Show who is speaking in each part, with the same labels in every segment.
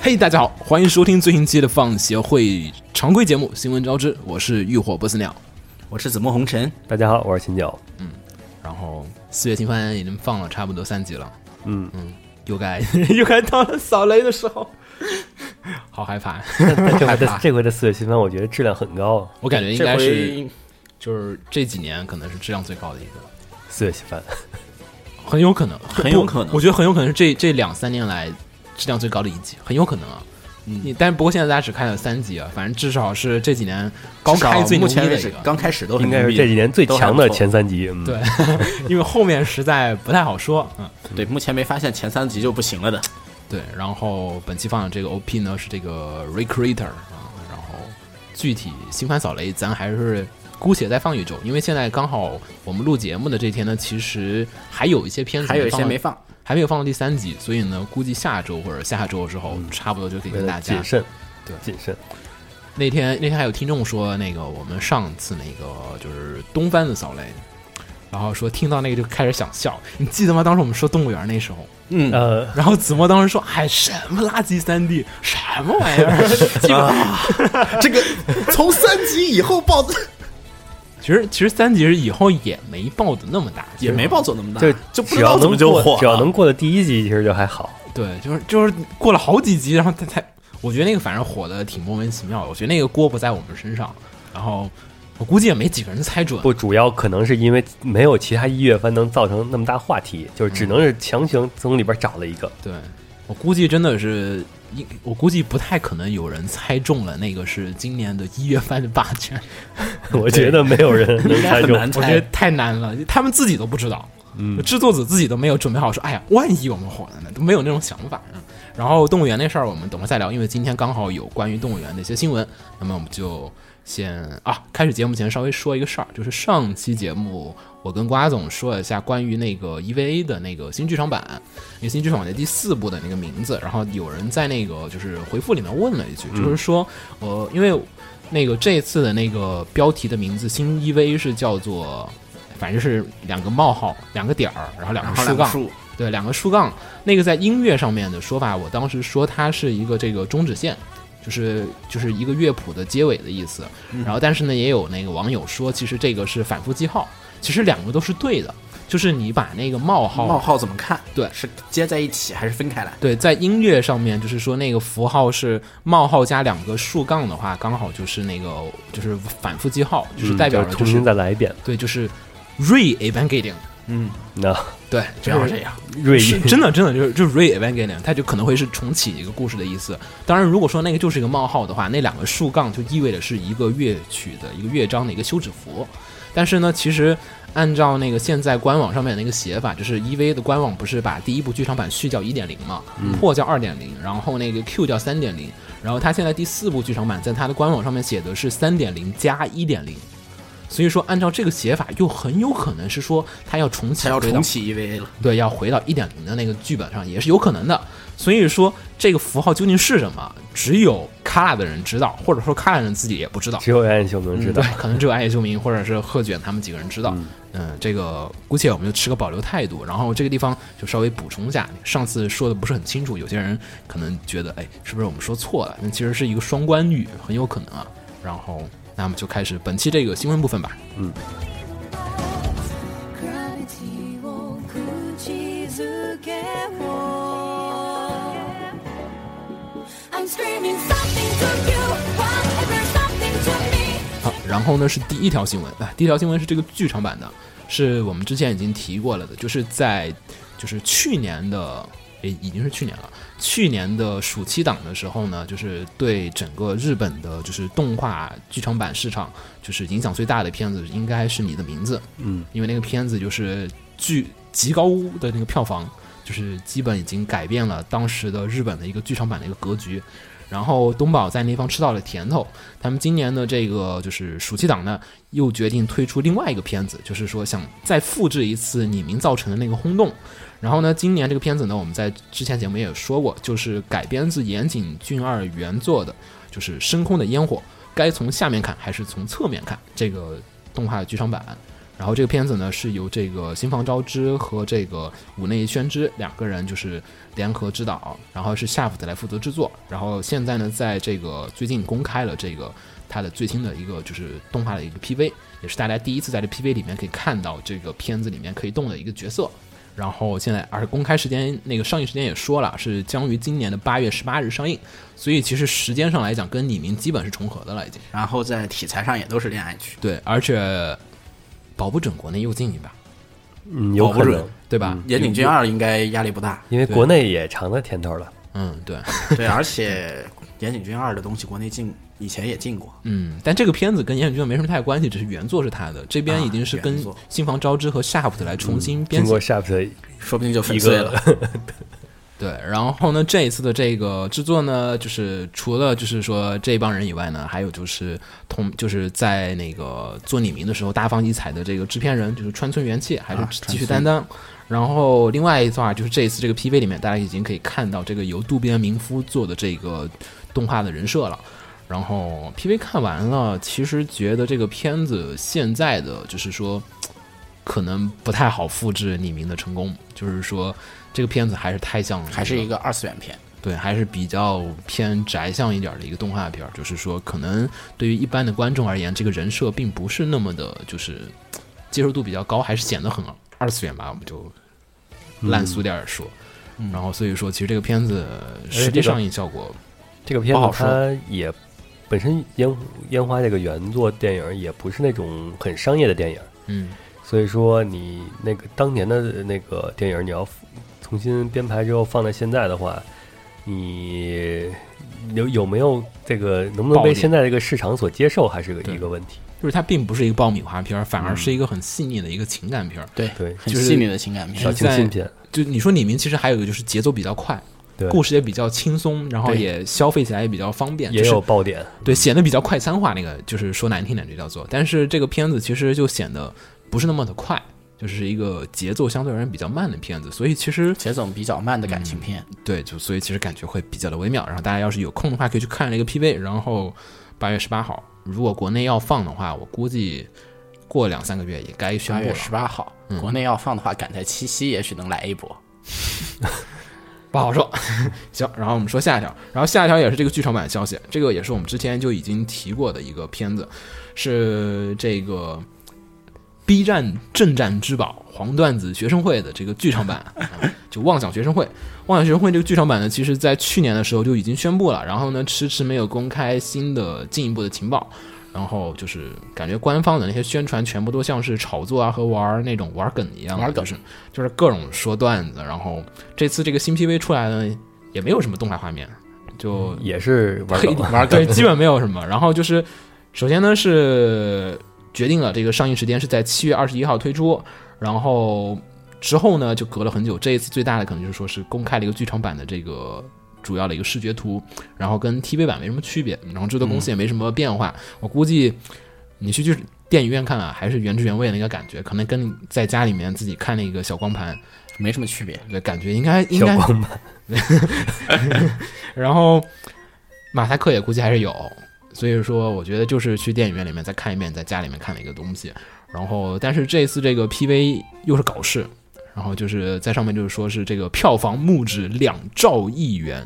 Speaker 1: 嘿、大家好，欢迎收听最新期的放协会常规节目《新闻招之》，我是浴火不死鸟。
Speaker 2: 我是紫陌红尘，
Speaker 3: 大家好，我是秦九。
Speaker 1: 然后四月新番已经放了差不多三集了，
Speaker 3: 嗯
Speaker 1: 嗯，又该 又该到了扫雷的时候，好害怕。
Speaker 3: 这回
Speaker 1: 害
Speaker 3: 的
Speaker 1: 怕
Speaker 3: 这回的四月新番，我觉得质量很高。
Speaker 1: 我感觉应
Speaker 2: 这
Speaker 1: 该是
Speaker 2: 回
Speaker 1: 就是这几年可能是质量最高的一个，
Speaker 3: 四月新 番，
Speaker 1: 很有可能，
Speaker 2: 很有可能
Speaker 1: 不我觉得很有可能是这这两三年来质量最高的一集，很有可能啊。
Speaker 2: 嗯
Speaker 1: 你但是不过现在大家只看了三集啊，反正至少是这几年高
Speaker 2: 至少
Speaker 1: 开最牛
Speaker 2: 目
Speaker 1: 逼
Speaker 2: 前
Speaker 1: 的
Speaker 2: 为
Speaker 1: 一
Speaker 2: 止
Speaker 1: 个，
Speaker 2: 刚开始都很
Speaker 3: 应该
Speaker 2: 牛
Speaker 3: 是
Speaker 2: 逼
Speaker 3: 这几年最
Speaker 2: 都还
Speaker 3: 强
Speaker 2: 不
Speaker 3: 的
Speaker 2: 错
Speaker 3: 前三集。嗯，
Speaker 1: 对， 因为后面实在不太好说。嗯，
Speaker 2: 对，目前没发现前三集就不行了的。
Speaker 1: 对。然后本期放的这个 OP 呢是这个 Recreator 啊、然后具体新番扫雷，咱还是姑且再放一周，因为现在刚好我们录节目的这天呢，其实还有一些片子
Speaker 2: 还有一些
Speaker 1: 到
Speaker 2: 没， 放，
Speaker 1: 还没有放到第三集，所以呢，估计下周或者下下周之后，
Speaker 2: 嗯
Speaker 1: 差不多就可以
Speaker 3: 为
Speaker 1: 跟大
Speaker 3: 了
Speaker 1: 家
Speaker 3: 谨慎，
Speaker 1: 对
Speaker 3: 谨慎。
Speaker 1: 那天那天还有听众说，那个我们上次那个就是东番的扫雷，然后说听到那个就开始想笑。你记得吗？当时我们说动物园那时候，
Speaker 2: 嗯，
Speaker 3: 呃，
Speaker 1: 然后子墨当时说：“哎，什么垃圾三 D，什么玩意儿？” 这个
Speaker 2: 这个从三集以后爆
Speaker 1: 其实其实三级是以后也没爆的那么大，
Speaker 2: 也没爆走那么大，
Speaker 3: 就
Speaker 2: 就不
Speaker 3: 只
Speaker 2: 知
Speaker 3: 要
Speaker 2: 道怎
Speaker 3: 能
Speaker 2: 么就
Speaker 3: 过
Speaker 2: 火了，
Speaker 3: 只要能过的第一集其实就还好。
Speaker 1: 对，就是就是过了好几集，然后他才，我觉得那个反正火的挺莫名其妙的。我觉得那个锅不在我们身上，然后我估计也没几个人猜准。
Speaker 3: 不，主要可能是因为没有其他一月番能造成那么大话题，就是只能是强行从里边找了一 个。
Speaker 1: 对，我估计真的是一，我估计不太可能有人猜中了那个是今年的一月番的霸权，
Speaker 3: 我觉得没有人能
Speaker 2: 应
Speaker 3: 猜
Speaker 2: 该很
Speaker 3: 中。
Speaker 2: 难
Speaker 1: 我觉得
Speaker 2: 猜。嗯
Speaker 1: 太难了，他们自己都不知道，制作组自己都没有准备好说，哎呀，万一我们火了呢，都没有那种想法。嗯然后动物园那事儿我们等会儿再聊，因为今天刚好有关于动物园的一些新闻，那么我们就先啊，开始节目前稍微说一个事儿，就是上期节目我跟瓜总说了一下关于那个 EVA 的那个新剧场版，那个新剧场版的第四部的那个名字，然后有人在那个就是回复里面问了一
Speaker 2: 嗯
Speaker 1: 句，就是说，呃，因为那个这一次的那个标题的名字新 EVA 是叫做。反正是两个冒号，两个点儿，然后两个
Speaker 2: 然
Speaker 1: 竖
Speaker 2: 后两个
Speaker 1: 杠，
Speaker 2: 数，
Speaker 1: 对，两个竖杠，那个在音乐上面的说法，我当时说它是一个这个终止线，就是就是一个乐谱的结尾的意思。
Speaker 2: 嗯
Speaker 1: 然后，但是呢，也有那个网友说，其实这个是反复记号，其实两个都是对的，就是你把那个冒号
Speaker 2: 冒号怎么看？
Speaker 1: 对
Speaker 2: 是接在一起还是分开来？
Speaker 1: 对，在音乐上面，就是说那个符号是冒号加两个竖杠的话，刚好就是那个就是反复记号，就是
Speaker 3: 嗯
Speaker 1: 代表了就
Speaker 3: 重
Speaker 1: 是、
Speaker 3: 新再来一遍。
Speaker 1: 对，就是 re evangelion，
Speaker 3: 嗯那
Speaker 1: 对，
Speaker 2: 不
Speaker 1: 就
Speaker 2: 要
Speaker 3: 哎
Speaker 1: 是
Speaker 2: 这样，
Speaker 3: 瑞
Speaker 1: 是
Speaker 3: 一
Speaker 1: 真的，真的就是就是 re evangelion，它就可能会是重启一个故事的意思。当然，如果说那个就是一个冒号的话，那两个竖杠就意味着是一个乐曲的一个乐章的一个休止符。但是呢，其实按照那个现在官网上面的那个写法，就是 EV 的官网不是把第一部剧场版续叫一点零嘛，破叫二点零，然后那个 Q 叫三点零，然后它现在第四部剧场版在它的官网上面写的是三点零加一点零。所以说，按照这个写法，又很有可能是说它要重启
Speaker 2: 才要
Speaker 1: 回到
Speaker 2: 重启 EVA 了。
Speaker 1: 对，要回到一点零的那个剧本上也是有可能的。所以说，这个符号究竟是什么，只有卡拉的人知道，或者说卡拉人自己也不知道。
Speaker 3: 只有安野秀明知道
Speaker 2: 嗯
Speaker 1: 对。，可能只有暗夜秀明或者是贺卷他们几个人知道。嗯这个姑且我们就持个保留态度。然后这个地方就稍微补充一下，上次说的不是很清楚，有些人可能觉得，哎，是不是我们说错了？那其实是一个双关语，很有可能啊。然后，那么就开始本期这个新闻部分吧。
Speaker 4: Gravity を口づけを I'm screaming something to you, whatever something to me.
Speaker 1: 好，啊然后呢是第一条新闻啊，第一条新闻是这个剧场版的，是我们之前已经提过了的，就是在就是去年的也已经是去年了。去年的暑期档的时候呢，就是对整个日本的，就是动画剧场版市场，就是影响最大的片子，应该是《你的名字》。
Speaker 3: 嗯，
Speaker 1: 因为那个片子就是巨极高的那个票房，就是基本已经改变了当时的日本的一个剧场版的一个格局。然后东宝在那地方吃到了甜头，他们今年的这个就是暑期档呢，又决定推出另外一个片子，就是说想再复制一次李明造成的那个轰动。然后呢，今年这个片子呢，我们在之前节目也有说过，就是改编自岩井俊二原作的，就是《升空的烟火》，该从下面看还是从侧面看这个动画剧场版。然后这个片子呢，是由这个新房昭之和这个武内宣之两个人就是联合指导，然后是夏 t 来负责制作。然后现在呢，在这个最近公开了这个它的最新的一个就是动画的一个 PV，也是大家第一次在这 PV 里面可以看到这个片子里面可以动的一个角色。然后现在，而且公开时间那个上映时间也说了，是将于今年的八月十八日上映，所以其实时间上来讲，跟李明基本是重合的了已经。
Speaker 2: 然后在题材上也都是恋爱剧，
Speaker 1: 对，而且保不准国内又进一版，
Speaker 3: 嗯，有
Speaker 2: 保不
Speaker 3: 可能
Speaker 2: 准，
Speaker 1: 对吧？
Speaker 2: 岩井俊二应该压力不大。
Speaker 3: 嗯因为国内也尝到甜头了。
Speaker 1: 嗯，对，
Speaker 2: 对，而且岩井俊二的东西国内进以前也进过，
Speaker 1: 嗯，但这个片子跟岩井俊二没什么太大关系，只是原作是他的，这边已经是
Speaker 2: 啊
Speaker 1: 跟
Speaker 2: 原作嗯
Speaker 1: 新房昭之和 Shaft 来重新
Speaker 3: 经
Speaker 1: 编辑
Speaker 3: 过 Shaft 的
Speaker 2: 说不定就粉
Speaker 3: 一
Speaker 2: 碎
Speaker 3: 个
Speaker 2: 了。
Speaker 1: 对，然后呢，这一次的这个制作呢，就是除了就是说这帮人以外呢，还有就是同就是在那个做李明的时候大放异彩的这个制片人就是川村元气，还是
Speaker 2: 啊
Speaker 1: 继续担当。然后另外一的话，就是这一次这个 PV 里面，大家已经可以看到这个由渡边明夫做的这个动画的人设了。然后 PV 看完了，其实觉得这个片子现在的就是说，可能不太好复制李明的成功，就是说这个片子还是太像了，
Speaker 2: 还是一个二次元片，
Speaker 1: 对，还是比较偏宅向一点的一个动画片儿，就是说，可能对于一般的观众而言，这个人设并不是那么的，就是接受度比较高，还是显得很二次元吧，我们就
Speaker 2: 嗯
Speaker 1: 烂俗点儿说。然后所以说，其实这个片子呃实际上映效果，
Speaker 3: 这个片
Speaker 2: 不好
Speaker 3: 子，
Speaker 2: 说
Speaker 3: 它也本身烟烟花这个原作电影也不是那种很商业的电影，
Speaker 1: 嗯
Speaker 3: 所以说你那个当年的那个电影，你要重新编排之后放在现在的话，你有有没有这个能不能
Speaker 1: 爆
Speaker 3: 被
Speaker 1: 点
Speaker 3: 现在这个市场所接受，还是个
Speaker 1: 对
Speaker 3: 一个问题。
Speaker 1: 就是它并不是一个爆米花片儿，反而是
Speaker 2: 嗯
Speaker 1: 一个很细腻的一个情感片儿。
Speaker 2: 对，
Speaker 3: 对
Speaker 2: 很
Speaker 1: 就是
Speaker 2: 细腻的情感
Speaker 3: 小
Speaker 2: 片。
Speaker 3: 清新片，
Speaker 1: 就你说李明，其实还有一个就是节奏比较快，
Speaker 3: 对，
Speaker 1: 故事也比较轻松，然后
Speaker 2: 对
Speaker 1: 也消费起来也比较方便，
Speaker 3: 也
Speaker 1: 就是
Speaker 3: 有爆点，
Speaker 1: 对，显得比较快餐化，那个就是说难听点就叫做。但是这个片子其实就显得不是那么的快，就是一个节奏相对而言比较慢的片子，所以其实
Speaker 2: 节奏比较慢的感情片，
Speaker 1: 对，就所以其实感觉会比较的微妙。然后大家要是有空的话，可以去看这个 PV。然后八月十八号，如果国内要放的话，我估计过两三个月也该宣
Speaker 2: 八
Speaker 1: 布
Speaker 2: 月
Speaker 1: 了。
Speaker 2: 十八号，国内要放的话，赶在七夕也许能来一波。
Speaker 1: 不好说。行，然后我们说下一条，然后下一条也是这个剧场版的消息，这个也是我们之前就已经提过的一个片子，是这个 B 站镇站之宝黄段子学生会的这个剧场版，啊就妄想学生会。妄想学生会这个剧场版呢，其实在去年的时候就已经宣布了，然后呢迟迟没有公开新的进一步的情报。然后就是感觉官方的那些宣传全部都像是炒作啊和玩儿那种玩梗一样的，
Speaker 2: 玩梗
Speaker 1: 就是就是各种说段子。然后这次这个新 PV 出来呢，也没有什么动态画面，就
Speaker 3: 也是玩梗
Speaker 1: 黑 对，基本没有什么。然后就是，首先呢是决定了这个上映时间是在七月二十一号推出，然后之后呢就隔了很久。这一次最大的可能就是说是公开了一个剧场版的这个主要的一个视觉图，然后跟 TV 版没什么区别，然后制作公司也没什么变
Speaker 3: 嗯
Speaker 1: 化。我估计你去就是电影院看啊，还是原汁原味的那个感觉，可能跟你在家里面自己看那个小光盘，
Speaker 2: 没什么区别。
Speaker 1: 对，感觉应该应
Speaker 3: 小
Speaker 1: 该
Speaker 3: 光吧，
Speaker 1: 然后马赛克也估计还是有，所以说我觉得就是去电影院里面再看一遍，在家里面看的一个东西。然后，但是这次这个 PV 又是搞事，然后就是在上面就是说是这个票房目指两兆亿元，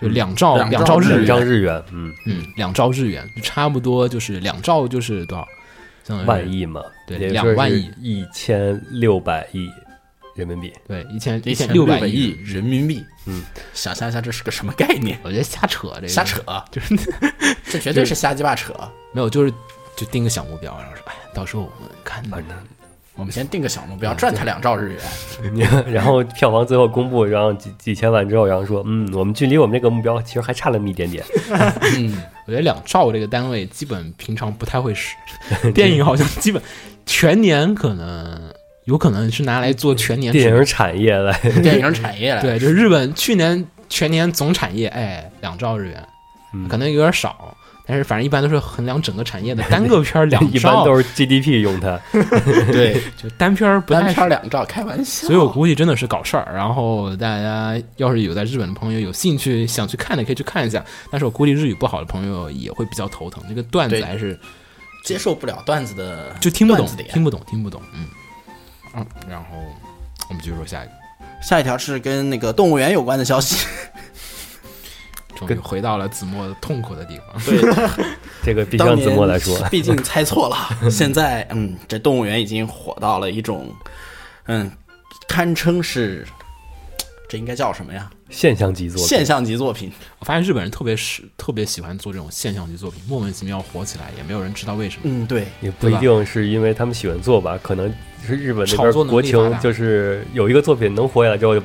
Speaker 1: 就两兆、
Speaker 2: 两
Speaker 1: 两
Speaker 2: 兆
Speaker 1: 日
Speaker 3: 两
Speaker 1: 元，
Speaker 3: 张日元，嗯，
Speaker 1: 嗯，两兆日元，就差不多就是两兆就是多少？相当于
Speaker 3: 万亿嘛，
Speaker 1: 对
Speaker 3: 也
Speaker 1: 两
Speaker 3: 就是
Speaker 1: 万亿
Speaker 3: 一千六百亿人民币，
Speaker 1: 对一千
Speaker 2: 一
Speaker 1: 千
Speaker 2: 千
Speaker 1: 六
Speaker 2: 六
Speaker 1: 百
Speaker 2: 百亿
Speaker 1: 亿。
Speaker 2: 人民币，
Speaker 3: 嗯，
Speaker 2: 想象一下这是个什么概念？
Speaker 1: 我觉得瞎扯这个
Speaker 2: 瞎扯，
Speaker 1: 就是
Speaker 2: 这绝对是瞎鸡巴扯。
Speaker 1: 没有，就是就定个小目标，然后说，哎，到时候我们看
Speaker 3: 反正
Speaker 2: 我们先定个小目标，赚他两兆日元。
Speaker 3: 然后票房最后公布，然后几几千万之后，然后说，嗯，我们距离我们这个目标其实还差了那么一点点。
Speaker 1: 我觉得两兆这个单位基本平常不太 会使，电影好像基本全年可能有可能是拿来做全年
Speaker 3: 电影产业来，
Speaker 2: 电影产业了，
Speaker 1: 对，就是日本去年全年总产业，哎，两兆日元，
Speaker 3: 嗯
Speaker 1: 可能有点少，但是反正一般都是衡量整个产业的单个 片儿两
Speaker 3: 一般
Speaker 1: 兆，
Speaker 3: 都是 GDP 用它。
Speaker 2: 对，
Speaker 1: 就单片儿不
Speaker 2: 单
Speaker 1: 太
Speaker 2: 片两兆，开玩笑。
Speaker 1: 所以我估计真的是搞事儿。然后大家要是有在日本的朋友有兴趣想去看的，可以去看一下。但是我估计日语不好的朋友也会比较头疼，这个段子
Speaker 2: 对
Speaker 1: 还是
Speaker 2: 接受不了段子的，
Speaker 1: 就听不懂
Speaker 2: 段子，点
Speaker 1: 听不懂，听不懂。嗯，嗯，然后我们继续说下一个。
Speaker 2: 下一条是跟那个动物园有关的消息。
Speaker 1: 终于回到了子墨痛苦的地方，
Speaker 2: 对，
Speaker 3: 这个必须
Speaker 2: 当
Speaker 3: 让
Speaker 2: 年
Speaker 3: 子墨来说，
Speaker 2: 毕竟猜错了。现在，嗯，这动物园已经火到了一种，嗯，堪称是，这应该叫什么呀？
Speaker 3: 现象级作品。
Speaker 2: 现象级作品。
Speaker 1: 我发现日本人特别是特别喜欢做这种现象级作品，莫名其妙火起来，也没有人知道为什么。
Speaker 2: 嗯，对，
Speaker 3: 也不一定是因为他们喜欢做吧，可能是日本那
Speaker 1: 炒作
Speaker 3: 边
Speaker 1: 能力
Speaker 3: 国
Speaker 1: 发
Speaker 3: 情
Speaker 1: 达，
Speaker 3: 就是有一个作品能火起来之后，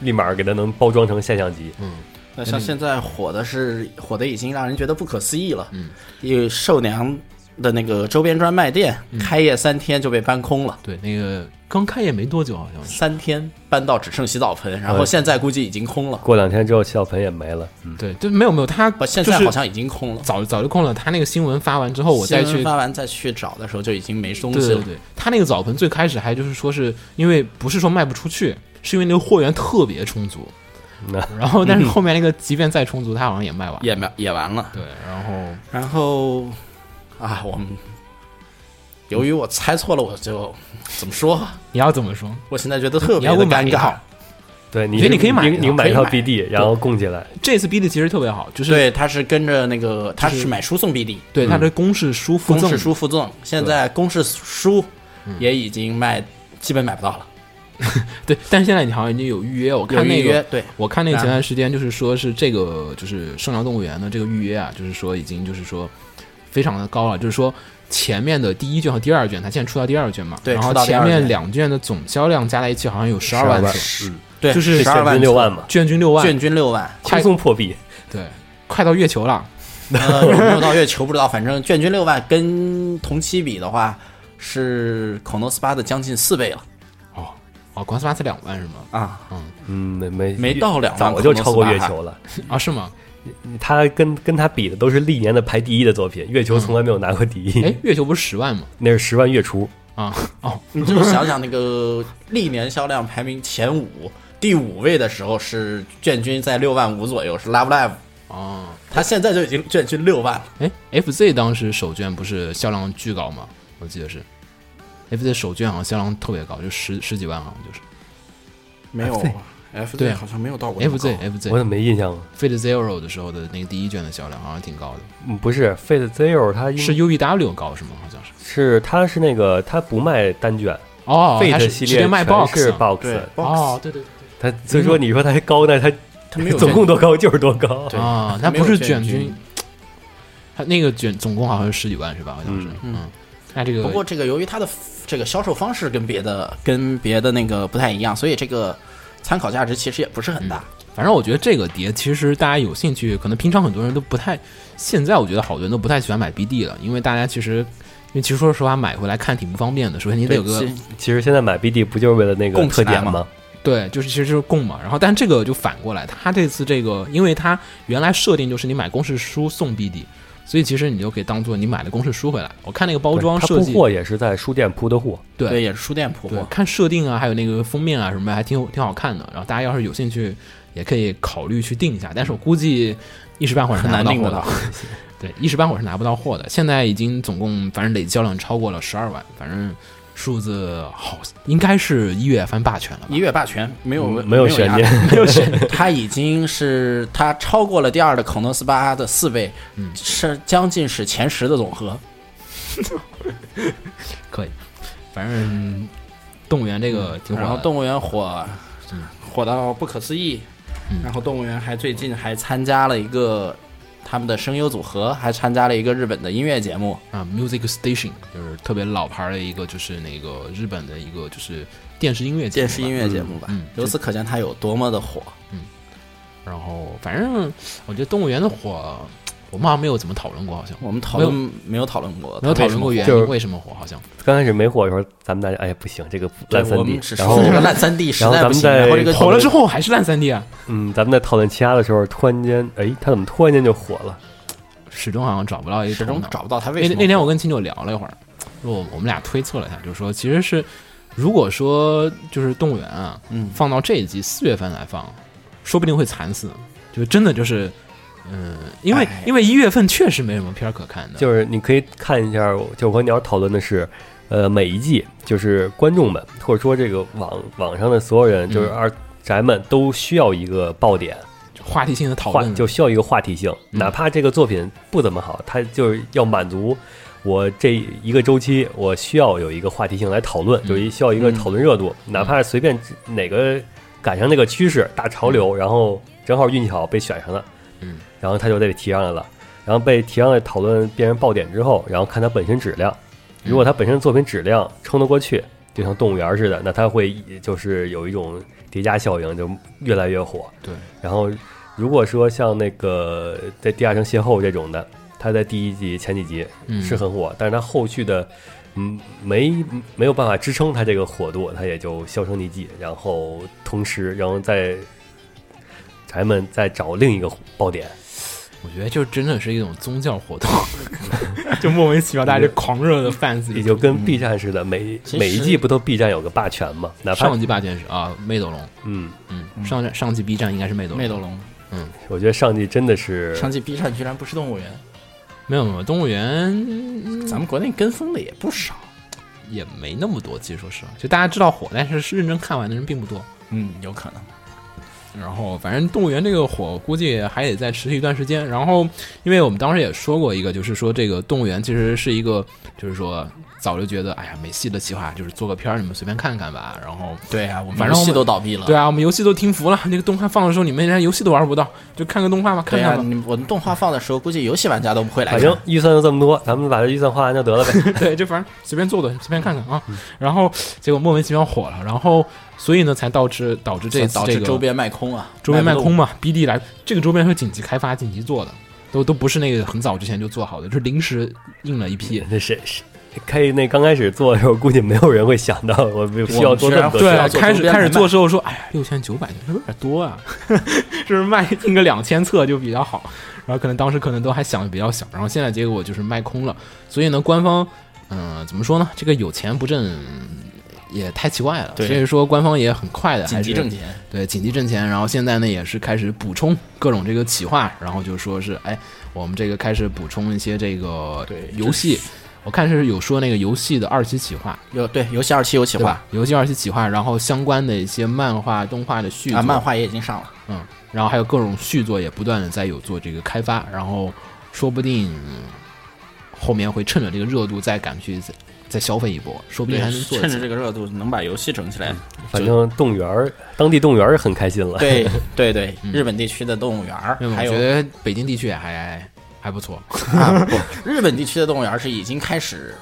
Speaker 3: 立马给它能包装成现象级。
Speaker 1: 嗯，
Speaker 2: 那像现在火的是火的已经让人觉得不可思议了。
Speaker 1: 嗯，
Speaker 2: 因为寿娘的那个周边专卖店、开业三天就被搬空了。
Speaker 1: 对，那个刚开业没多久，好像是。
Speaker 2: 三天搬到只剩洗澡盆，然后
Speaker 3: 呃
Speaker 2: 现在估计已经空了，
Speaker 3: 过两天之后，小盆也没了。嗯，
Speaker 1: 对，对，没有没有，他
Speaker 2: 不，现
Speaker 1: 就
Speaker 2: 在
Speaker 1: 是
Speaker 2: 好像已经空了。
Speaker 1: 早早就空了。他那个新闻发完之后，我再
Speaker 2: 新闻
Speaker 1: 去
Speaker 2: 发完再去找的时候就已经没东
Speaker 1: 对
Speaker 2: 西了
Speaker 1: 对。对，他那个澡盆最开始还就是说是因为不是说卖不出去，是因为那个货源特别充足，
Speaker 3: 那
Speaker 1: 然后
Speaker 2: 嗯
Speaker 1: 但是后面那个即便再充足，他好像也卖完。
Speaker 2: 也没也完了。
Speaker 1: 对，然后
Speaker 2: 然后啊，我们由于我猜错了，我就怎么说？
Speaker 1: 你要怎么说？
Speaker 2: 我现在觉得特
Speaker 1: 你
Speaker 2: 别
Speaker 1: 要
Speaker 2: 的
Speaker 1: 问买
Speaker 2: 尴
Speaker 1: 一
Speaker 2: 尬
Speaker 1: 套。。
Speaker 3: 对，你
Speaker 1: 觉得你可以买
Speaker 3: 你
Speaker 1: 一
Speaker 3: 你
Speaker 1: 套
Speaker 3: 买一套
Speaker 1: 可以买
Speaker 3: BD，然后供起来。
Speaker 1: 这次 BD 其实特别好，就是
Speaker 2: 对，他是跟着那个，他
Speaker 1: 就是
Speaker 2: 是买书送 BD，
Speaker 1: 对它的公式书附
Speaker 2: 公
Speaker 1: 赠
Speaker 2: 式书附赠。现在公式书也已经卖，基本买不到了。
Speaker 1: 对，但是现在你好像已经有预约，我嗯看
Speaker 2: 有
Speaker 1: 那
Speaker 2: 预
Speaker 1: 个
Speaker 2: 约，对，
Speaker 1: 我看那个
Speaker 2: 啊
Speaker 1: 前段时间就是说是这个就是圣良动物园的这个预约啊，就是说已经就是说非常的高了，就是说前面的第一卷和第二卷，它现在出到第二卷嘛，
Speaker 2: 对
Speaker 1: 然后
Speaker 2: 出到第
Speaker 1: 前
Speaker 2: 二
Speaker 1: 面
Speaker 2: 卷
Speaker 1: 两卷的总销量加在一起好像有十二万册，
Speaker 3: 嗯，
Speaker 2: 对，
Speaker 1: 就是
Speaker 2: 十二
Speaker 3: 现
Speaker 2: 万
Speaker 3: 金六
Speaker 2: 册
Speaker 3: 万，嘛，
Speaker 1: 卷均六万，
Speaker 2: 卷均六万。
Speaker 3: 轻松破壁。
Speaker 1: 对，快到月球了，
Speaker 2: 呃，有没有到月球不知道，反正卷均六万跟同期比的话，是《恐龙 SPA》的将近四倍了
Speaker 1: 哦哦，光斯巴斯两万是吗？
Speaker 2: 啊！
Speaker 3: 嗯，没没
Speaker 2: 没到两万
Speaker 3: 早就超过月球了。
Speaker 2: 嗯
Speaker 1: 啊是吗？
Speaker 3: 他跟跟他比的都是历年的排第一的作品，月球从来没有拿过第一。
Speaker 1: 哎，月球不是十万吗？
Speaker 3: 那是十万月初，
Speaker 1: 啊哦，
Speaker 2: 你就想想那个历年销量排名前五，第五位的时候是卷均在六万五左右，是 Love Live，
Speaker 1: 哦，
Speaker 2: 它现在就已经卷均六万了。
Speaker 1: 哎，FZ 当时首卷不是销量巨高吗？我记得是，FZ 首卷好像销量特别高，就十十几万好像就是。
Speaker 2: 没有 F
Speaker 1: 对啊
Speaker 2: 好像没有到过
Speaker 1: FZ
Speaker 3: 我
Speaker 1: FZ
Speaker 3: 怎么没印象啊？
Speaker 1: Fate Zero 的时候的那个第一卷的销量好像挺高的，
Speaker 3: 嗯，不是 Fate Zero，它应
Speaker 1: 是 UEW 高是吗？好像是。
Speaker 3: 是它是那个它不卖单卷
Speaker 1: 哦，它
Speaker 3: ，Fate
Speaker 1: 是
Speaker 3: 系
Speaker 1: 直
Speaker 3: 列
Speaker 1: 接卖
Speaker 3: 全
Speaker 1: box
Speaker 3: 是
Speaker 1: 啊
Speaker 3: box，
Speaker 2: 对
Speaker 1: 哦，对对
Speaker 3: 它所以说你说它高呢，它
Speaker 2: 它没有
Speaker 3: 总共
Speaker 2: 的
Speaker 3: 多高就是多高。
Speaker 1: 对
Speaker 2: 对
Speaker 1: 啊，它
Speaker 2: 它没有
Speaker 1: 不是
Speaker 2: 卷
Speaker 1: 卷
Speaker 2: 均
Speaker 1: 均，它那个卷总共好像是十几万是吧？好像是，嗯。那这个
Speaker 2: 不过这个由于它的 f- 这个销售方式跟别的跟别的那个不太一样，所以这个参考价值其实也不是很大。
Speaker 1: 反正我觉得这个碟其实大家有兴趣，可能平常很多人都不太，现在我觉得好多人都不太喜欢买 BD 了，因为大家其实，因为其实说实话买回来看挺不方便的。首先你得
Speaker 2: 对，
Speaker 1: 有个
Speaker 2: 其
Speaker 3: 其实现在买 BD 不就是为了那个
Speaker 2: 供起
Speaker 3: 特
Speaker 2: 来
Speaker 3: 点
Speaker 2: 嘛
Speaker 3: 吗？
Speaker 1: 对，就是其实就是供嘛。然后，但这个就反过来，他这次这个，因为他原来设定就是你买公式书送 BD，所以其实你就可以当做你买了公式书回来。我看那个包装
Speaker 3: 对它
Speaker 1: 设
Speaker 3: 铺
Speaker 1: 计，
Speaker 3: 货也是在书店铺的货。
Speaker 1: 对
Speaker 2: 对，也是书店铺
Speaker 1: 对
Speaker 2: 货，。
Speaker 1: 看设定啊，还有那个封面啊什么的，还挺有挺好看的。然后大家要是有兴趣，也可以考虑去订一下。但是我估计一时半会儿是拿
Speaker 2: 很
Speaker 1: 不
Speaker 2: 难
Speaker 1: 到货
Speaker 2: 订得
Speaker 1: 的
Speaker 2: 到。
Speaker 1: 对，一时半会儿是拿不到货的。现在已经总共反正累计销量超过了十二万，反正数字好，应该是一月番霸权了吧
Speaker 2: 一？月霸权没有
Speaker 3: 嗯没有悬念，
Speaker 2: 没有悬念，它已经是它超过了第二的孔诺斯巴的四倍，
Speaker 1: 嗯
Speaker 2: 是将近是前十的总和。
Speaker 1: 可以，反正动物园这个挺火
Speaker 2: 然后
Speaker 1: 的。
Speaker 2: 动物园火，
Speaker 1: 嗯
Speaker 2: 火到不可思议。然后动物园还最近还参加了一个他们的声优组合还参加了一个日本的音乐节目，
Speaker 1: 啊，Music Station 就是特别老牌儿的一个，就是那个日本的一个就是电视音乐节目
Speaker 2: 电
Speaker 1: 吧
Speaker 2: 视音乐节目吧。
Speaker 1: 嗯嗯嗯
Speaker 2: 由此可见，它有多么的火。
Speaker 1: 然后反正我觉得动物园的火，我们好像没有怎么讨论过，好像
Speaker 2: 我们讨论没有讨论过，
Speaker 1: 没有讨论过原
Speaker 3: 就
Speaker 1: 因
Speaker 3: 是
Speaker 1: 为什么火，好像
Speaker 3: 刚开始没火的时候，咱们大家哎呀不行，这个烂
Speaker 2: 对，
Speaker 3: 三
Speaker 2: 我
Speaker 3: D
Speaker 2: 们只。
Speaker 3: 然
Speaker 2: 说
Speaker 3: 后
Speaker 2: 这个烂三 D 实
Speaker 3: 然后
Speaker 2: 在不
Speaker 3: 咱们
Speaker 2: 行，然后
Speaker 3: 再
Speaker 2: 这个
Speaker 3: 讨
Speaker 1: 火
Speaker 3: 论
Speaker 1: 了之后还是烂三 D 啊，
Speaker 3: 嗯，咱们在讨论其他的时候，突然间哎，它怎么突然间就火了？
Speaker 1: 始终好像找不到一个
Speaker 2: 始终
Speaker 1: 头脑
Speaker 2: 找不到它为
Speaker 1: 那
Speaker 2: 什么
Speaker 1: 那天我跟秦九聊了一会儿，我我们俩推测了一下，就是说其实是如果说就是动物园啊，
Speaker 2: 嗯
Speaker 1: 放到这一季四月份来放，说不定会惨死，就真的就是。嗯，因为
Speaker 2: 哎
Speaker 1: 因为一月份确实没什么片儿可看的，
Speaker 3: 就是你可以看一下，就我和鸟讨论的是，呃，每一季就是观众们或者说这个网网上的所有人，就是
Speaker 1: 嗯
Speaker 3: 二宅们都需要一个爆点，
Speaker 1: 就话题性的讨
Speaker 3: 话
Speaker 1: 论
Speaker 3: 就需要一个话题性，
Speaker 1: 嗯
Speaker 3: 哪怕这个作品不怎么好，它就是要满足我这一个周期，我需要有一个话题性来讨论，
Speaker 1: 嗯
Speaker 3: 有一需要一个讨论热度，哪怕随便哪个赶上那个趋势大潮流，然后正好运气好被选上了，
Speaker 1: 嗯，
Speaker 3: 然后它就被提上来了，然后被提上来讨论变成爆点之后，然后看它本身质量，
Speaker 1: 嗯
Speaker 3: 如果它本身作品质量撑得过去。就像动物园似的，那它会就是有一种叠加效应，就越来越火。
Speaker 1: 对，
Speaker 3: 然后如果说像那个在地下城邂逅这种的，它在第一集前几集
Speaker 1: 嗯
Speaker 3: 是很火，但是它后续的嗯没没有办法支撑它这个火度，它也就销声匿迹。然后同时，然后再咱们再找另一个爆点，
Speaker 1: 我觉得就真的是一种宗教 活动，就莫名其妙大家就狂热的 fans
Speaker 3: 也就跟 B 站似的，每
Speaker 2: 其实
Speaker 3: 每一季不都 B 站有个霸权吗？哪怕
Speaker 1: 上季霸权是啊，魅斗龙，
Speaker 3: 嗯，
Speaker 1: 嗯，上站上季 B 站应该是魅斗龙，
Speaker 2: 魅斗龙，
Speaker 3: 我觉得上季真的是
Speaker 2: 上季 B 站居然不是动物园，
Speaker 1: 没有没有，动物园
Speaker 2: 咱们国内跟风的也不少。
Speaker 1: 也没那么多，其实说实话，就大家知道火，但是是认真看完的人并不多。
Speaker 2: 嗯，有可能。
Speaker 1: 然后，反正动物园这个火估计还得再持续一段时间。然后，因为我们当时也说过一个，就是说这个动物园其实是一个，就是说早就觉得，哎呀，没戏的企划，就是做个片儿，你们随便看看吧。然后，
Speaker 2: 对啊，我们
Speaker 1: 反正我们
Speaker 2: 游戏都倒闭了。
Speaker 1: 对啊，我们游戏都停服了，那个动画放的时候，你们连游戏都玩不到，就看个动画吧，看
Speaker 2: 对
Speaker 1: 看
Speaker 2: 啊，
Speaker 1: 吧。
Speaker 2: 你我们动画放的时候，估计游戏玩家都不会来看。
Speaker 3: 反正预算就这么多，咱们把这预算花完就得了呗。
Speaker 1: 对，就反正随便做做，随便看看啊。
Speaker 2: 嗯
Speaker 1: 然后结果莫名其妙火了，然后所以呢，才导致导致这次
Speaker 2: 导
Speaker 1: 这
Speaker 2: 致
Speaker 1: 个
Speaker 2: 周边卖空啊，
Speaker 1: 周边卖
Speaker 2: 卖不
Speaker 1: 空
Speaker 2: 动。
Speaker 1: 嘛，BD 来这个周边是紧急开发、紧急做的，都都不是那个很早之前就做好的，就是临时印了一批。
Speaker 3: 那谁谁开那刚开始做的时候，估计没有人会想到我们需要做这么多
Speaker 2: 我们啊
Speaker 3: 事
Speaker 2: 需
Speaker 3: 儿。
Speaker 2: 要做
Speaker 1: 开
Speaker 2: 周
Speaker 1: 始
Speaker 2: 边
Speaker 1: 开始
Speaker 2: 来
Speaker 1: 做
Speaker 2: 卖
Speaker 1: 之后说，哎呀，六千九百有点多 啊，就是卖印个两千册就比较好。然后可能当时可能都还想的比较小，然后现在结果就是卖空了。所以呢，官方，嗯、怎么说呢？这个有钱不挣也太奇怪了。所
Speaker 2: 对
Speaker 1: 以说，官方也很快的，
Speaker 2: 紧急挣
Speaker 1: 钱。
Speaker 2: 钱，
Speaker 1: 对，紧急挣钱，然后现在呢也是开始补充各种这个企划，然后就说是哎，我们这个开始补充一些这个
Speaker 2: 对
Speaker 1: 游戏，我看是有说那个游戏的二期企划，
Speaker 2: 有对游戏二期有企
Speaker 1: 对
Speaker 2: 划
Speaker 1: 吧？游戏二期企划，然后相关的一些漫画、动画的续作，
Speaker 2: 啊，漫画也已经上了。
Speaker 1: 嗯，然后还有各种续作也不断的在有做这个开发，然后说不定嗯后面会趁着这个热度再赶去再再消费一波，说不定还能做嗯
Speaker 2: 趁
Speaker 1: 起
Speaker 2: 着
Speaker 1: 来
Speaker 2: 这个热度能把游戏整起来。
Speaker 3: 反正动物园儿当地动物园儿很开心了。
Speaker 2: 对对对，日本地区的动物园儿
Speaker 1: 嗯因为我
Speaker 2: 还
Speaker 1: 觉
Speaker 2: 有
Speaker 1: 得北京地区也还还不错，
Speaker 2: 啊，不，日本地区的动物园是已经开始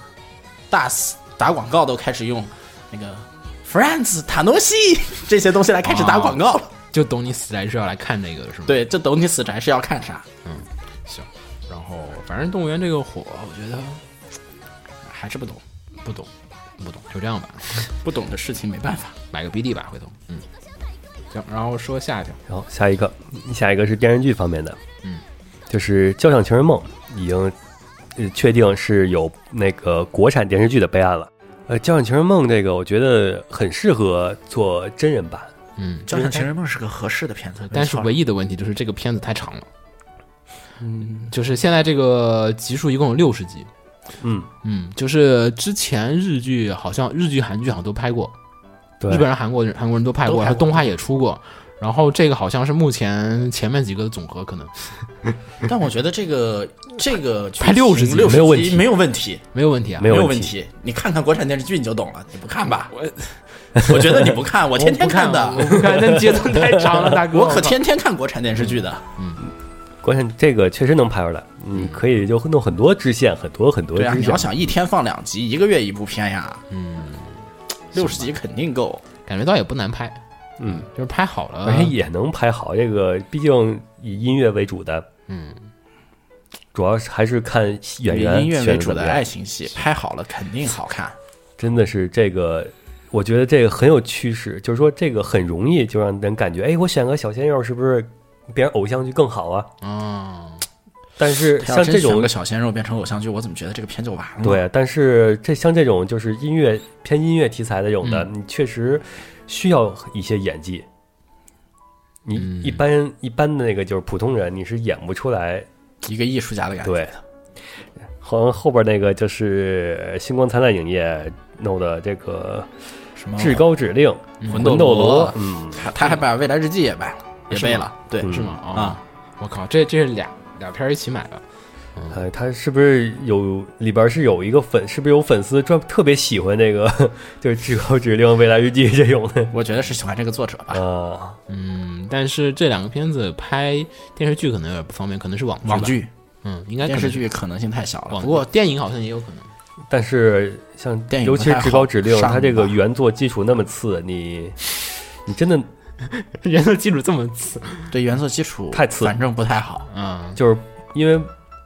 Speaker 2: 大肆打广告，都开始用那个 Friends、塔诺西这些东西来开始打
Speaker 1: 哦
Speaker 2: 广告了。
Speaker 1: 就懂你死宅是要来看这个的是吗？
Speaker 2: 对，这懂你死宅是要看啥？
Speaker 1: 行，然后反正动物园这个火，我觉得
Speaker 2: 还是不懂，
Speaker 1: 不懂，不懂，就这样吧，
Speaker 2: 不懂的事情没办法。
Speaker 1: 买个 BD 吧，回头，嗯，行，然后说下一条，
Speaker 3: 然后下一个，下一个是电视剧方面的，
Speaker 1: 嗯，
Speaker 3: 就是《交响情人梦》已经呃确定是有那个国产电视剧的备案了。呃，《交响情人梦》这个我觉得很适合做真人版，
Speaker 1: 嗯，
Speaker 2: 交响情人梦是个合适的片子，
Speaker 1: 但是唯一的问题就是这个片子太长了，嗯，就是现在这个集数一共有六十集，
Speaker 3: 嗯，
Speaker 1: 嗯，就是之前日剧好像日剧、韩剧好像都拍过，
Speaker 3: 对，
Speaker 1: 日本人、韩国人、韩国人都拍
Speaker 2: 都
Speaker 1: 过，
Speaker 2: 拍
Speaker 1: 然后
Speaker 2: 过
Speaker 1: 动画也出过。然后这个好像是目前前面几个的总和，可能
Speaker 2: 但我觉得这个这个剧情
Speaker 1: 拍60集
Speaker 2: 六
Speaker 3: 没有问题
Speaker 2: 没有问题，
Speaker 1: 没有问题啊，
Speaker 3: 没有
Speaker 2: 没有
Speaker 3: 问
Speaker 2: 问
Speaker 3: 题
Speaker 2: 题。你看看国产电视剧你就懂了，你不看吧？我我觉得你不 看，我天天
Speaker 1: 我不看
Speaker 2: 的
Speaker 1: 我，不看，那节奏太长了，大哥，
Speaker 2: 我可
Speaker 1: 操
Speaker 2: 天天看国产电视剧的。
Speaker 3: 关键这个确实能拍出来，你可以就弄很多支线，很多很多
Speaker 2: 嗯对啊，
Speaker 3: 支
Speaker 2: 你要
Speaker 3: 线。
Speaker 2: 想一天放两集，一个月一部片呀，嗯，六十集肯定够。
Speaker 1: 感觉到也不难拍，
Speaker 3: 嗯，
Speaker 1: 就是拍好了
Speaker 2: 啊
Speaker 3: 而且也能拍好。这个毕竟以音乐为主的，
Speaker 1: 嗯，
Speaker 3: 主要是还是看演
Speaker 2: 以
Speaker 3: 员
Speaker 2: 音乐
Speaker 3: 选
Speaker 2: 为
Speaker 3: 得
Speaker 2: 主
Speaker 3: 怎么
Speaker 2: 的哎
Speaker 3: 样
Speaker 2: 爱情戏，拍好了肯定好看。
Speaker 3: 真的是这个，我觉得这个很有趋势，就是说这个很容易就让人感觉，哎，我选个小鲜肉是不是别人偶像剧更好啊？
Speaker 1: 啊，
Speaker 3: 但是
Speaker 2: 他
Speaker 3: 像
Speaker 2: 要真
Speaker 3: 这
Speaker 2: 选
Speaker 3: 种
Speaker 2: 个，小鲜肉变成偶像剧，我怎么觉得这个片就完了？，
Speaker 3: 对，但是这像这种就是音乐偏音乐题材的这种的，
Speaker 2: 嗯
Speaker 3: 你确实需要一些演技。你
Speaker 1: 嗯
Speaker 3: 一般一般的那个就是普通人，你是演不出来。
Speaker 2: 一个艺术家的感觉。
Speaker 3: 对，好像后边那个就是呃星光灿烂影业弄的这个
Speaker 2: 什么
Speaker 3: 《至高指令》
Speaker 2: 哦魂
Speaker 3: 斗
Speaker 2: 斗
Speaker 3: 罗
Speaker 2: 罗》，，
Speaker 3: 嗯，
Speaker 2: 他他还把《未来日记》也卖了，也
Speaker 1: 是吗
Speaker 2: 背了。对，
Speaker 3: 嗯
Speaker 1: 是吗？啊
Speaker 2: 啊，
Speaker 1: 我靠，这这是俩俩片儿一起买的，
Speaker 3: 哎，他是不是有里边是有一个粉，是不是有粉丝专特别喜欢这个， 就是《至高指令》《未来日记》这种的
Speaker 2: 我觉得是喜欢这个作者吧。
Speaker 3: 啊？
Speaker 1: 嗯，但是这两个片子拍电视剧可能有点不方便，可能是网
Speaker 2: 网
Speaker 1: 剧吧，
Speaker 2: 剧、
Speaker 1: 嗯，应该可能
Speaker 2: 电
Speaker 1: 是
Speaker 2: 视剧可能性太小了。
Speaker 1: 网
Speaker 2: 不
Speaker 1: 剧，
Speaker 2: 过
Speaker 1: 电影好像也有可能，
Speaker 3: 但是像
Speaker 2: 电影
Speaker 3: 尤
Speaker 2: 不
Speaker 3: 其是
Speaker 2: 太
Speaker 3: 《至高
Speaker 2: 好
Speaker 3: 指令》，
Speaker 2: 上
Speaker 3: 它这个
Speaker 2: 吧
Speaker 3: 原作基础那么次，你你真的
Speaker 1: 人的基础这么次，
Speaker 2: 对原作基础
Speaker 3: 太次
Speaker 2: 反正不 太好。
Speaker 1: 嗯，
Speaker 3: 就是因为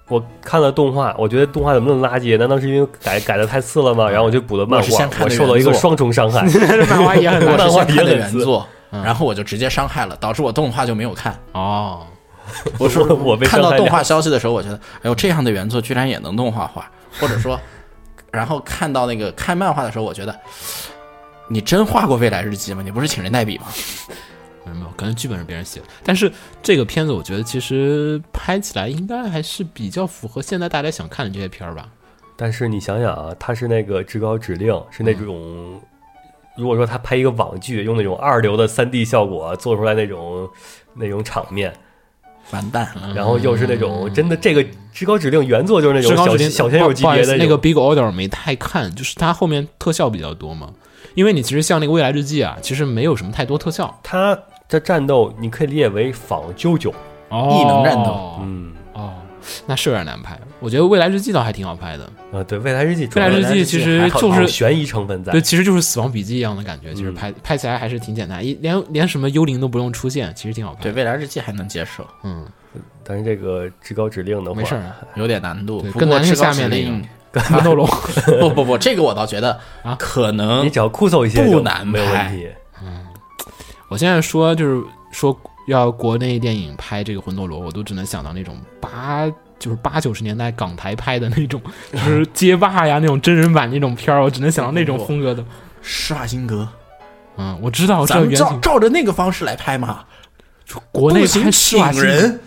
Speaker 3: 我看了动画，我觉得动画怎么那么垃圾？难道是因为改改的太次了
Speaker 1: 嗯
Speaker 3: 吗？然后我就补了漫
Speaker 2: 我是先
Speaker 3: 画，
Speaker 2: 看
Speaker 3: 我
Speaker 2: 的
Speaker 3: 受到一个
Speaker 2: 原作
Speaker 3: 双重伤 害。
Speaker 1: 漫画 也很
Speaker 3: 我是
Speaker 1: 难
Speaker 3: 漫
Speaker 2: 我
Speaker 3: 画
Speaker 2: 先看
Speaker 3: 也
Speaker 2: 的
Speaker 3: 很
Speaker 2: 原
Speaker 3: 次嗯
Speaker 2: 作，然后我就直接伤害了，导致我动画就没有看。
Speaker 1: 哦，
Speaker 3: 我说 我被
Speaker 2: 看
Speaker 3: 伤
Speaker 2: 到
Speaker 3: 害
Speaker 2: 动
Speaker 3: 了
Speaker 2: 画消息的时候，我觉得，哎呦，这样的原作居然也能动画化，或者说，然后看到那个看漫画的时候，我觉得，你真画过《未来日记》吗？你不是请人代笔吗？
Speaker 1: 没有，可能剧本是别人写的。但是这个片子，我觉得其实拍起来应该还是比较符合现在大家想看的这些片儿吧。
Speaker 3: 但是你想想啊，他是那个至高指令，是那
Speaker 1: 嗯
Speaker 3: 种、如果说他拍一个网剧，用那种二流的三 D 效果做出来那种那种场面，
Speaker 2: 完蛋了，
Speaker 3: 然后又是那种、真的这个至高指令原作就是那种
Speaker 1: 嗯至高
Speaker 3: 小
Speaker 1: 指令
Speaker 3: 小鲜肉级
Speaker 1: 不好意
Speaker 3: 别
Speaker 1: 思
Speaker 3: 的
Speaker 1: 那个
Speaker 3: 种
Speaker 1: Big Order 没太看，就是它后面特效比较多嘛。因为你其实像那个未来日记啊，其实没有什么太多特效，
Speaker 3: 他的战斗你可以理解为仿啾啾，
Speaker 1: 哦
Speaker 2: 异能战斗
Speaker 3: 嗯
Speaker 1: 哦，那是有点难拍。我觉得未来日记倒还挺好拍的，
Speaker 3: 啊，对，未来日记主
Speaker 1: 未
Speaker 3: 要
Speaker 1: 来
Speaker 3: 是，
Speaker 1: 日记其实就
Speaker 3: 还好有
Speaker 1: 是。
Speaker 3: 悬疑成分在
Speaker 1: 对，，其实就是死亡笔记一样的感觉，其实
Speaker 2: 嗯
Speaker 1: 拍、拍起来还是挺简单，一连连什么幽灵都不用出现，其实挺好拍
Speaker 2: 对
Speaker 1: 的。
Speaker 2: 《未来日记》还能接受，
Speaker 1: 嗯，
Speaker 3: 但是这个至高指令的话，
Speaker 1: 没事儿啊，
Speaker 2: 有点难度
Speaker 1: 对，
Speaker 2: 不
Speaker 1: 更
Speaker 2: 过
Speaker 1: 难是
Speaker 2: 至高
Speaker 1: 下
Speaker 2: 指
Speaker 1: 面那
Speaker 2: 令
Speaker 1: 个， 魂 斗罗。
Speaker 2: 不不不，这个我倒觉得
Speaker 1: 啊
Speaker 2: 可
Speaker 3: 你
Speaker 2: 能
Speaker 3: 只要酷搜一些
Speaker 2: 不
Speaker 3: 就
Speaker 2: 难
Speaker 3: 没有问
Speaker 2: 拍
Speaker 3: 题。
Speaker 1: 我现在说就是说要国内电影拍这个《魂斗罗》，我都只能想到那种八就是八九十年代港台拍的那种， 就是街霸呀那种真人版那种片儿，我只能想到那种风格的。
Speaker 2: 施瓦辛格，
Speaker 1: 嗯，我知道，我知
Speaker 2: 咱
Speaker 1: 道
Speaker 2: 们
Speaker 1: 原
Speaker 2: 照
Speaker 1: 型
Speaker 2: 照着那个方式来拍嘛，
Speaker 1: 国内
Speaker 2: 不行
Speaker 1: 拍施瓦辛
Speaker 2: 请
Speaker 1: 格，
Speaker 2: 人，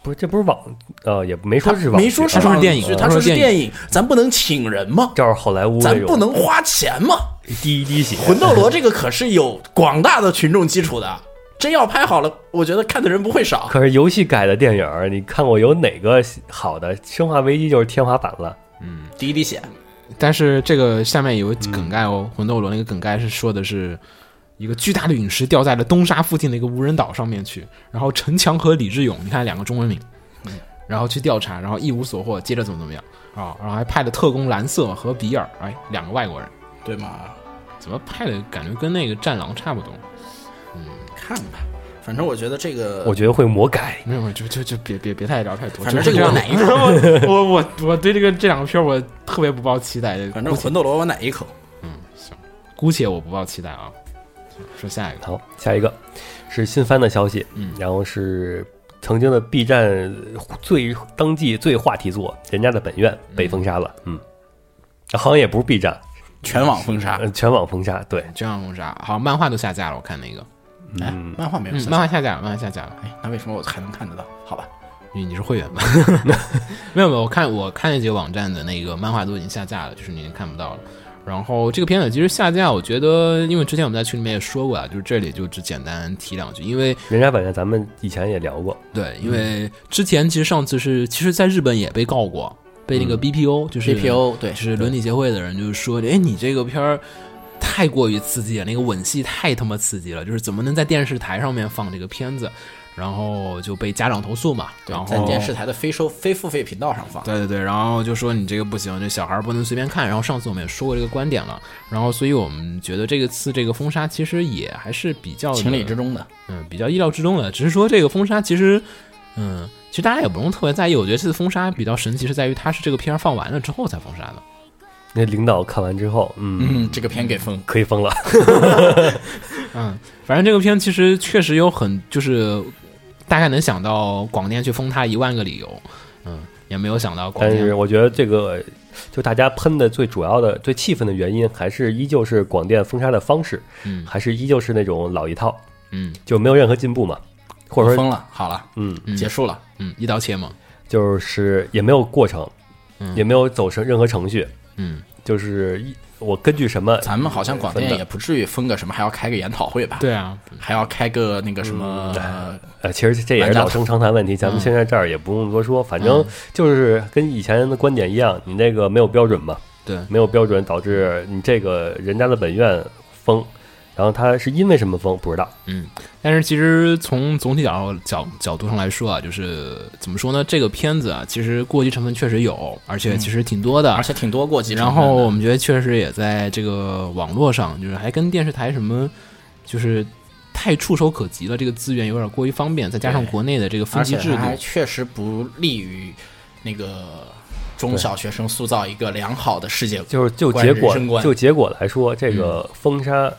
Speaker 3: 不是，这不是网，呃，也没说
Speaker 2: 他
Speaker 3: 是网剧啊，
Speaker 2: 没说
Speaker 1: 他
Speaker 2: 是
Speaker 1: 说是
Speaker 2: 网
Speaker 1: 电影
Speaker 2: 剧
Speaker 1: 他
Speaker 2: 他
Speaker 1: 说
Speaker 2: 说
Speaker 1: 是
Speaker 2: 是
Speaker 1: 电
Speaker 2: 电影，咱不能请人吗？
Speaker 3: 照着好莱坞那
Speaker 2: 咱
Speaker 3: 种
Speaker 2: 不能花钱吗？
Speaker 3: 滴一滴血，
Speaker 2: 魂斗罗这个可是有广大的群众基础的，真要拍好了，我觉得看的人不会少。
Speaker 3: 可是游戏改的电影儿，你看过有哪个好的？《生化危机》就是天花板了。
Speaker 2: 第一滴血，
Speaker 1: 但是这个下面有个梗概哦，
Speaker 2: 嗯
Speaker 1: 魂斗罗》那个梗概是说的是。一个巨大的陨石掉在了东沙附近的一个无人岛上面去，然后陈强和李志勇，你看两个中文名，
Speaker 2: 嗯
Speaker 1: 然后去调查，然后一无所获，接着怎么怎么样啊、然后还派了特工蓝色和比尔，哎，两个外国人，
Speaker 2: 对吗？
Speaker 1: 怎么拍的感觉跟那个战狼差不多？
Speaker 2: 看吧，反正我觉得这个，
Speaker 3: 我觉得会魔改，
Speaker 1: 没有，没有就就就别别别太聊太多，
Speaker 2: 反正
Speaker 1: 就
Speaker 2: 这
Speaker 1: 是
Speaker 2: 个
Speaker 1: 样
Speaker 2: 我奶一
Speaker 1: 的 我我我我对这个这两个片儿我特别不抱期待，
Speaker 2: 反正魂斗罗我奶一口。
Speaker 1: 姑且我不抱期待啊。说下一个，
Speaker 3: 好，下一个是新番的消息，
Speaker 1: 嗯
Speaker 3: 然后是曾经的 B 站最当季最话题作《人家的本愿》被封杀了，嗯，好像也不是 B 站，
Speaker 2: 全网封杀，
Speaker 3: 呃全网封杀，对，
Speaker 1: 这样封杀，好，漫画都下架了，我看那个，
Speaker 2: 哎，漫画没有
Speaker 1: 嗯，漫
Speaker 2: 下架，
Speaker 1: 画下架了，漫画下架了，
Speaker 2: 哎，那为什么我还能看得到？好吧，
Speaker 1: 因为你是会员嘛。没有没有，我看我看那几个网站的那个漫画都已经下架了，就是你已经看不到了。然后这个片子其实下架，我觉得，因为之前我们在群里面也说过啊，就是这里就只简单提两句，因为
Speaker 3: 《人家本愿》咱们以前也聊过，
Speaker 1: 对，
Speaker 2: 嗯
Speaker 1: 因为之前其实上次是，其实在日本也被告过，
Speaker 2: 嗯
Speaker 1: 被那个 BPO、就是
Speaker 2: GPO 对
Speaker 1: 就，是伦理协会的人就是说，哎，你这个片儿。太过于刺激了，那个吻戏太他妈刺激了，就是怎么能在电视台上面放这个片子？然后就被家长投诉嘛，然后
Speaker 2: 在电视台的非收非付费频道上放。
Speaker 1: 对对对，然后就说你这个不行，这小孩儿不能随便看。然后上次我们也说过这个观点了，然后所以我们觉得这个次这个封杀其实也还是比较的
Speaker 2: 情理之，中的，
Speaker 1: 嗯，比较意料之中的。只是说这个封杀其实，嗯，其实大家也不用特别在意。我觉得这次封杀比较神奇是在于它是这个片儿放完了之后才封杀的。
Speaker 3: 那领导看完之后，嗯，
Speaker 2: 嗯，这个片给封，
Speaker 3: 可以封了。
Speaker 1: 嗯，反正这个片其实确实有很就是大概能想到广电去封它一万个理由，嗯，也没有想到广
Speaker 3: 但
Speaker 1: 电
Speaker 3: 是我觉得这个，就大家喷的最主要的、最气愤的原因，还是依旧是广电封杀的方式，
Speaker 1: 嗯
Speaker 3: 还是依旧是那种老一套，
Speaker 1: 嗯
Speaker 3: 就没有任何进步嘛，或者说，
Speaker 2: 封了，好了，
Speaker 3: 嗯，
Speaker 1: 嗯
Speaker 2: 结束了。
Speaker 1: 嗯一刀切嘛，
Speaker 3: 就是也没有过程，
Speaker 1: 嗯
Speaker 3: 也没有走成任何程序，
Speaker 1: 嗯。
Speaker 3: 就是一我根据什么，
Speaker 2: 咱们好像广
Speaker 3: 分
Speaker 2: 电
Speaker 3: 的
Speaker 2: 也不至于封个什么，还要开个研讨会吧？，
Speaker 1: 对啊，
Speaker 2: 还要开个那个什么，
Speaker 3: 呃，其实这也是老生常谈问题，咱们现在这儿也不用多说，反正就是跟以前的观点一样，你那个没有标准嘛，
Speaker 1: 对，
Speaker 3: 没有标准导致你这个人家的本院封，然后他是因为什么封不知道，
Speaker 1: 但是其实从总体角角角度上来说啊，就是怎么说呢？这个片子啊，其实过激成分确实有，而且其实挺多的。
Speaker 2: 而且挺多过激成
Speaker 1: 然
Speaker 2: 分
Speaker 1: 后
Speaker 2: 的
Speaker 1: 我们觉得确实也在这个网络上，就是还跟电视台什么，就是太触手可及了，这个资源有点过于方便，再加上
Speaker 2: 对
Speaker 1: 国内的这个分
Speaker 2: 而
Speaker 1: 级
Speaker 2: 且
Speaker 1: 制
Speaker 2: 还
Speaker 1: 度，
Speaker 2: 确实不利于那个中小学生塑造一个良好的世界观，
Speaker 3: 就是就
Speaker 2: 观
Speaker 3: 结
Speaker 2: 人
Speaker 3: 果
Speaker 2: 生观
Speaker 3: 就结果来说，这个封杀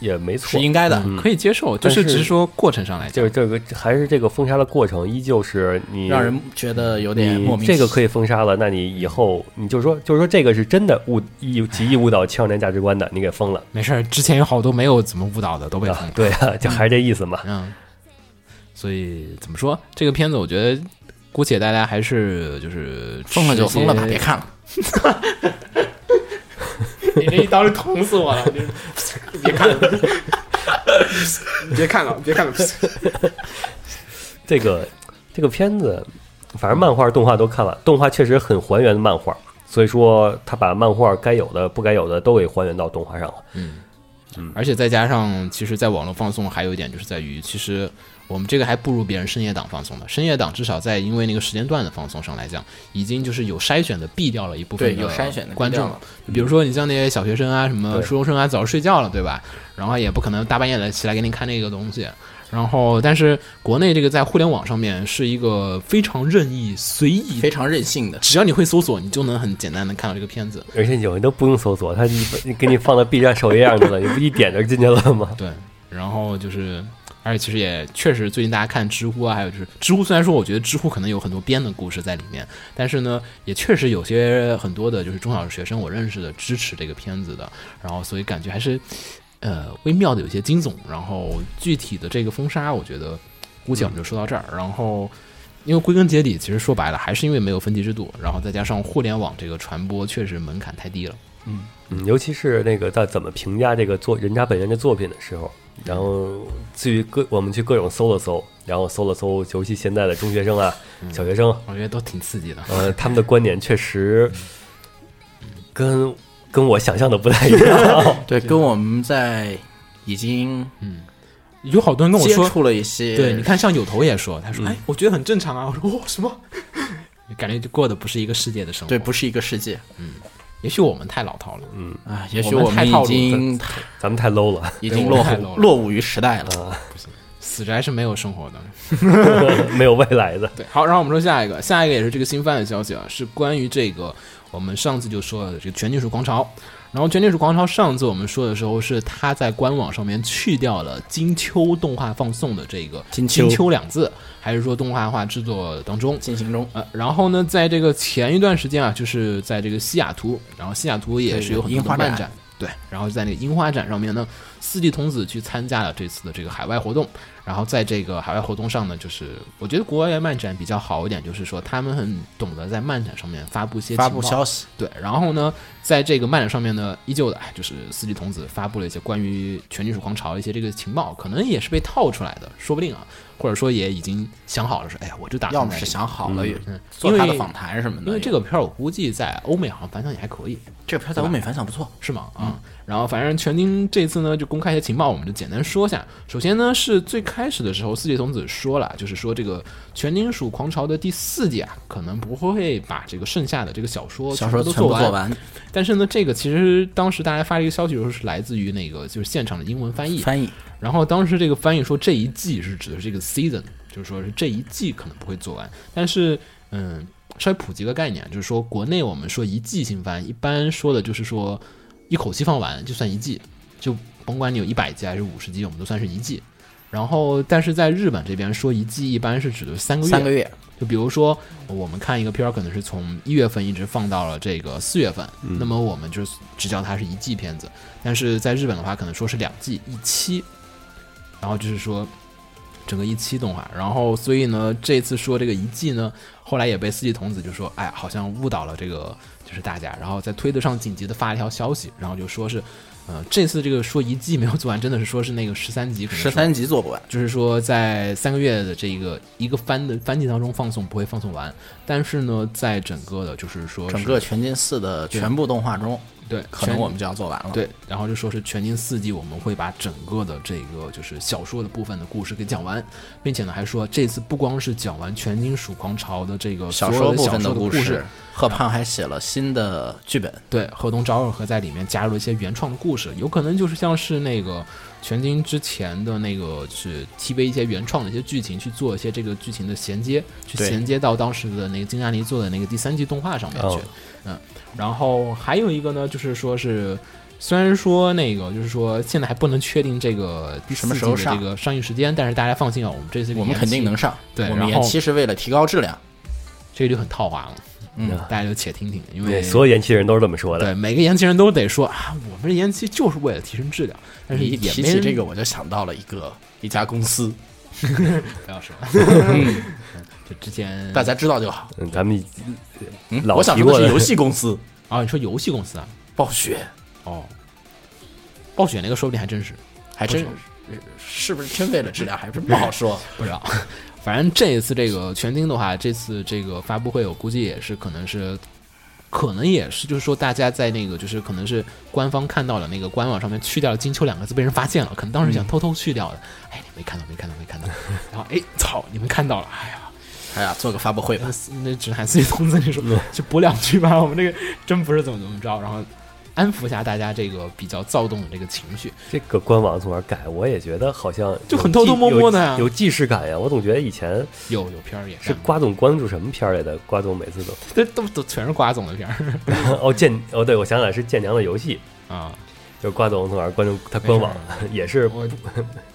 Speaker 3: 也没错
Speaker 2: 是，应该的。
Speaker 3: 嗯
Speaker 1: 可以接受，就
Speaker 3: 但
Speaker 1: 是
Speaker 3: 是
Speaker 1: 只是说过程上来
Speaker 3: 就
Speaker 1: 讲
Speaker 3: 是，这个还是这个封杀的过程，依旧是你
Speaker 2: 让人觉得有点莫
Speaker 3: 你
Speaker 2: 名。
Speaker 3: 这个可以封杀了，那你以后你就说就是说这个是真的误一极易误导青少年价值观的，你给封了。
Speaker 1: 没事儿。之前有好多没有怎么误导的都被封
Speaker 3: 啊，对啊，就还是这意思嘛。
Speaker 1: 嗯，所以怎么说这个片子，我觉得姑且大家还是就是
Speaker 2: 封了就封了吧，
Speaker 1: 直接
Speaker 2: 别看了。
Speaker 1: 你这一刀是捅死我了！别看了，别看了，别看了。
Speaker 3: 这个这个片子，反正漫画、动画都看了，动画确实很还原漫画，所以说他把漫画该有的、不该有的都给还原到动画上了。
Speaker 1: 而且再加上，其实，在网络放送还有一点就是在于，其实我们这个还不如别人深夜档放送的。深夜档至少在因为那个时间段的放送上来讲，已经就是有筛选的避掉了一部分
Speaker 2: 对有筛选的避
Speaker 1: 观众
Speaker 2: 掉了。
Speaker 1: 就比如说你像那些小学生啊、什么
Speaker 3: 对
Speaker 1: 初中生啊，早上睡觉了，对吧？然后也不可能大半夜的起来给你看那个东西。然后，但是国内这个在互联网上面是一个非常任意、随意
Speaker 2: 非常任性的，。
Speaker 1: 只要你会搜索，你就能很简单的看到这个片子。
Speaker 3: 而且有人都不用搜索，他一你给你放到 B 站首页上去了，你不一点就进去了吗？
Speaker 1: 对，然后就是，而且其实也确实，最近大家看知乎啊，还有就是知乎，虽然说我觉得知乎可能有很多编的故事在里面，但是呢，也确实有些很多的就是中小学生我认识的支持这个片子的，然后所以感觉还是呃微妙的有些惊悚。然后具体的这个封杀，我觉得姑且我们就说到这儿，然后。因为归根结底，其实说白了还是因为没有分级制度，然后再加上互联网这个传播确实门槛太低了。
Speaker 3: 嗯，尤其是那个在怎么评价这个作人家本人的作品的时候，然后至于各我们去各种搜了搜，然后搜了搜，尤其现在的中学生啊、
Speaker 1: 嗯
Speaker 3: 小学生，
Speaker 1: 我觉得都挺刺激的。
Speaker 3: 呃，他们的观点确实跟跟我想象的不太一样
Speaker 2: 对，跟我们在已经
Speaker 1: 有好多人跟我
Speaker 2: 接
Speaker 1: 说，
Speaker 2: 触了一些，
Speaker 1: 对，你看，像有头也说，他说，
Speaker 2: 嗯
Speaker 1: 哎，我觉得很正常啊。我说，哦，什么？ 感觉就过的不是一个世界的生活。
Speaker 2: 对，不是一个世界
Speaker 1: 也许我们太老套了。嗯，
Speaker 2: 啊。也许
Speaker 1: 我们
Speaker 2: 我
Speaker 1: 太
Speaker 2: 们
Speaker 1: 套
Speaker 2: 已
Speaker 1: 路
Speaker 2: 经
Speaker 3: 咱们太 low 了，
Speaker 2: 已
Speaker 1: 对
Speaker 2: 经
Speaker 1: 我们
Speaker 2: 落
Speaker 1: 太
Speaker 2: 后
Speaker 1: 落了嗯
Speaker 2: 落伍于时代了。
Speaker 1: 死宅是没有生活的。
Speaker 3: 没有未来的。
Speaker 1: 对，好，然后我们说下一个，下一个也是这个新番的消息啊，是关于这个我们上次就说的这个《全金属狂潮》。然后《全金属狂潮》上次我们说的时候是它在官网上面去掉了金秋动画放送的这个“
Speaker 2: 金秋
Speaker 1: 秋”两字，还是说动画化制作当中
Speaker 2: 进行中，
Speaker 1: 呃，然后呢，在这个前一段时间啊，就是在这个西雅图，然后西雅图也是有很
Speaker 2: 对
Speaker 1: 多
Speaker 2: 樱
Speaker 1: 的
Speaker 2: 花
Speaker 1: 漫
Speaker 2: 展
Speaker 1: 展，对，然后在那个樱花展上面呢，四季童子去参加了这次的这个海外活动。然后在这个海外活动上呢，就是我觉得国外漫展比较好一点，就是说他们很懂得在漫展上面发布一些
Speaker 2: 发布
Speaker 1: 情报
Speaker 2: 消息，
Speaker 1: 对，然后呢，在这个漫展上面呢，依旧的，哎就是四季童子发布了一些关于全金属狂潮的一些这个情报，可能也是被套出来的，说不定啊，或者说也已经想好了，说，哎呀，我就打算
Speaker 2: 要么
Speaker 1: 在
Speaker 2: 是
Speaker 1: 这
Speaker 2: 想好了
Speaker 1: 嗯
Speaker 2: 做
Speaker 1: 因
Speaker 2: 他
Speaker 1: 为
Speaker 2: 的访谈什么的。
Speaker 1: 因为这个片儿，我估计在欧美好像反响也还可以，
Speaker 2: 这个片儿在欧美反响不错，
Speaker 1: 是吗？
Speaker 2: 嗯
Speaker 1: 啊、然后反正全金这次呢就公开一些情报，我们就简单说一下。首先呢是最开始的时候，四季童子说了，就是说这个全金属狂潮的第四季啊，可能不会把这个剩下的这个小说
Speaker 2: 小说
Speaker 1: 都
Speaker 2: 全部做
Speaker 1: 完。
Speaker 2: 完，
Speaker 1: 但是呢，这个其实当时大家发这个消息的时候是来自于那个就是现场的英文翻译，
Speaker 2: 翻译
Speaker 1: 然后当时这个翻译说这一季是指的是这个 season，就是说是这一季可能不会做完，但是嗯，稍微普及个概念，就是说国内我们说一季新番，一般说的就是说一口气放完就算一季，就甭管你有一百集还是五十集，我们都算是一季。然后，但是在日本这边说一季一般是指的三个月，
Speaker 2: 三个月，
Speaker 1: 就比如说，我们看一个片儿，可能是从一月份一直放到了这个四月份，
Speaker 2: 嗯
Speaker 1: 那么我们就只叫它是一季片子。但是在日本的话，可能说是两季一期，然后就是说整个一期动画。然后所以呢，这次说这个一季呢，后来也被四季童子就说，哎，好像误导了这个就是大家，然后在推特上紧急的发了一条消息，然后就说是，呃，这次这个说一季没有做完，真的是说是那个十三集，可能
Speaker 2: 十
Speaker 1: 是
Speaker 2: 三集做不完，
Speaker 1: 就是说在三个月的这个一个番的番季当中放送不会放送完，但是呢，在整个的就是说是
Speaker 2: 整个全金四的全部动画中，
Speaker 1: 对
Speaker 2: 可能
Speaker 1: 全
Speaker 2: 我们就啊要做完了。，
Speaker 1: 对，然后就说是全金四季我们会把整个的这个就是小说的部分的故事给讲完，并且呢还说这次不光是讲完全金属狂潮的这个
Speaker 2: 小
Speaker 1: 所有
Speaker 2: 说
Speaker 1: 的
Speaker 2: 部
Speaker 1: 小
Speaker 2: 分
Speaker 1: 说的
Speaker 2: 故
Speaker 1: 事，，
Speaker 2: 贺胖还写了新的剧本，
Speaker 1: 对，河东昭二和在里面加入了一些原创的故事，有可能就是像是那个全金之前的那个是 TV 一些原创的一些剧情去做一些这个剧情的衔接，去
Speaker 2: 对
Speaker 1: 衔接到当时的那个金安妮做的那个第三季动画上面去。
Speaker 3: 哦
Speaker 1: 嗯，然后还有一个呢，就是说是。虽然说那个就是说现在还不能确定这个第
Speaker 2: 什
Speaker 1: 四
Speaker 2: 么
Speaker 1: 季
Speaker 2: 时候
Speaker 1: 的这
Speaker 2: 上
Speaker 1: 个上映时间，但是大家放心啊，我们这次
Speaker 2: 我们
Speaker 1: 延
Speaker 2: 肯定
Speaker 1: 期
Speaker 2: 能，上。
Speaker 1: 对
Speaker 2: 我们
Speaker 1: 然
Speaker 2: 延
Speaker 1: 后
Speaker 2: 期是为了提高质量。
Speaker 1: 这个就很套话了，
Speaker 2: 嗯
Speaker 1: 大家就且听听，因为
Speaker 3: 对，所有延期人都是这么说的。
Speaker 1: 对，每个延期人都得说啊，我们这延期就是为了提升质量，但是
Speaker 2: 一
Speaker 1: 也
Speaker 2: 提
Speaker 1: 没
Speaker 2: 起
Speaker 1: 人
Speaker 2: 这个，我就想到了一个一家公司，
Speaker 1: 不 要说， 就之前
Speaker 2: 嗯大家知道就好。
Speaker 3: 嗯，咱们
Speaker 2: 嗯，
Speaker 3: 老
Speaker 2: 我想
Speaker 3: 提
Speaker 2: 说
Speaker 3: 过
Speaker 2: 的
Speaker 3: 了
Speaker 2: 是游戏公司，
Speaker 1: 啊，你说游戏公司啊，
Speaker 2: 暴 雪
Speaker 1: 哦，暴雪那个说不定还真是
Speaker 2: 还真
Speaker 1: 不
Speaker 2: 是不是真为了质量，还真不好说。
Speaker 1: 不知道。 反正这一次这个全金的话，这次这个发布会，我估计也是可能是，可能也是就是说大家在那个就是可能是官方看到了那个官网上面去掉了“金秋”两个字被人发现了，可能当时
Speaker 2: 嗯
Speaker 1: 想偷偷去掉的，哎，你没看到，没看到，没看 到，然后哎，操，你们看到了，哎呀。
Speaker 2: 哎呀，做个发布会吧
Speaker 1: 那，司那只喊司机同志，你说
Speaker 3: 嗯
Speaker 1: 就补两句吧，我 们这个真不是怎么怎么着，然后安抚一下大家这个比较躁动的这个情绪。
Speaker 3: 这个官网从哪儿改，我也觉得好像
Speaker 1: 就
Speaker 3: 有
Speaker 1: 很偷偷
Speaker 3: 既
Speaker 1: 摸摸的呀
Speaker 3: 有有既视感呀。我总觉得以前
Speaker 1: 有有片儿也
Speaker 3: 是
Speaker 1: 干过，
Speaker 3: 瓜总关注什么片儿来的，瓜总每次都
Speaker 1: 这都都全是瓜总的片儿
Speaker 3: 哦剑哦，对我想起来是剑娘的游戏，
Speaker 1: 啊。
Speaker 3: 就是瓜总从哪儿关注他官网 也是
Speaker 1: 我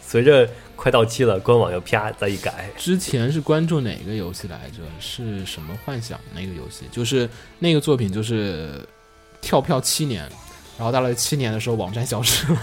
Speaker 3: 随着快到期了，官网又啪再一改，
Speaker 1: 之前是关注哪个游戏来着？是什么幻想那个游戏？就是那个作品就是跳票七年，然后到了七年的时候，网站消失了，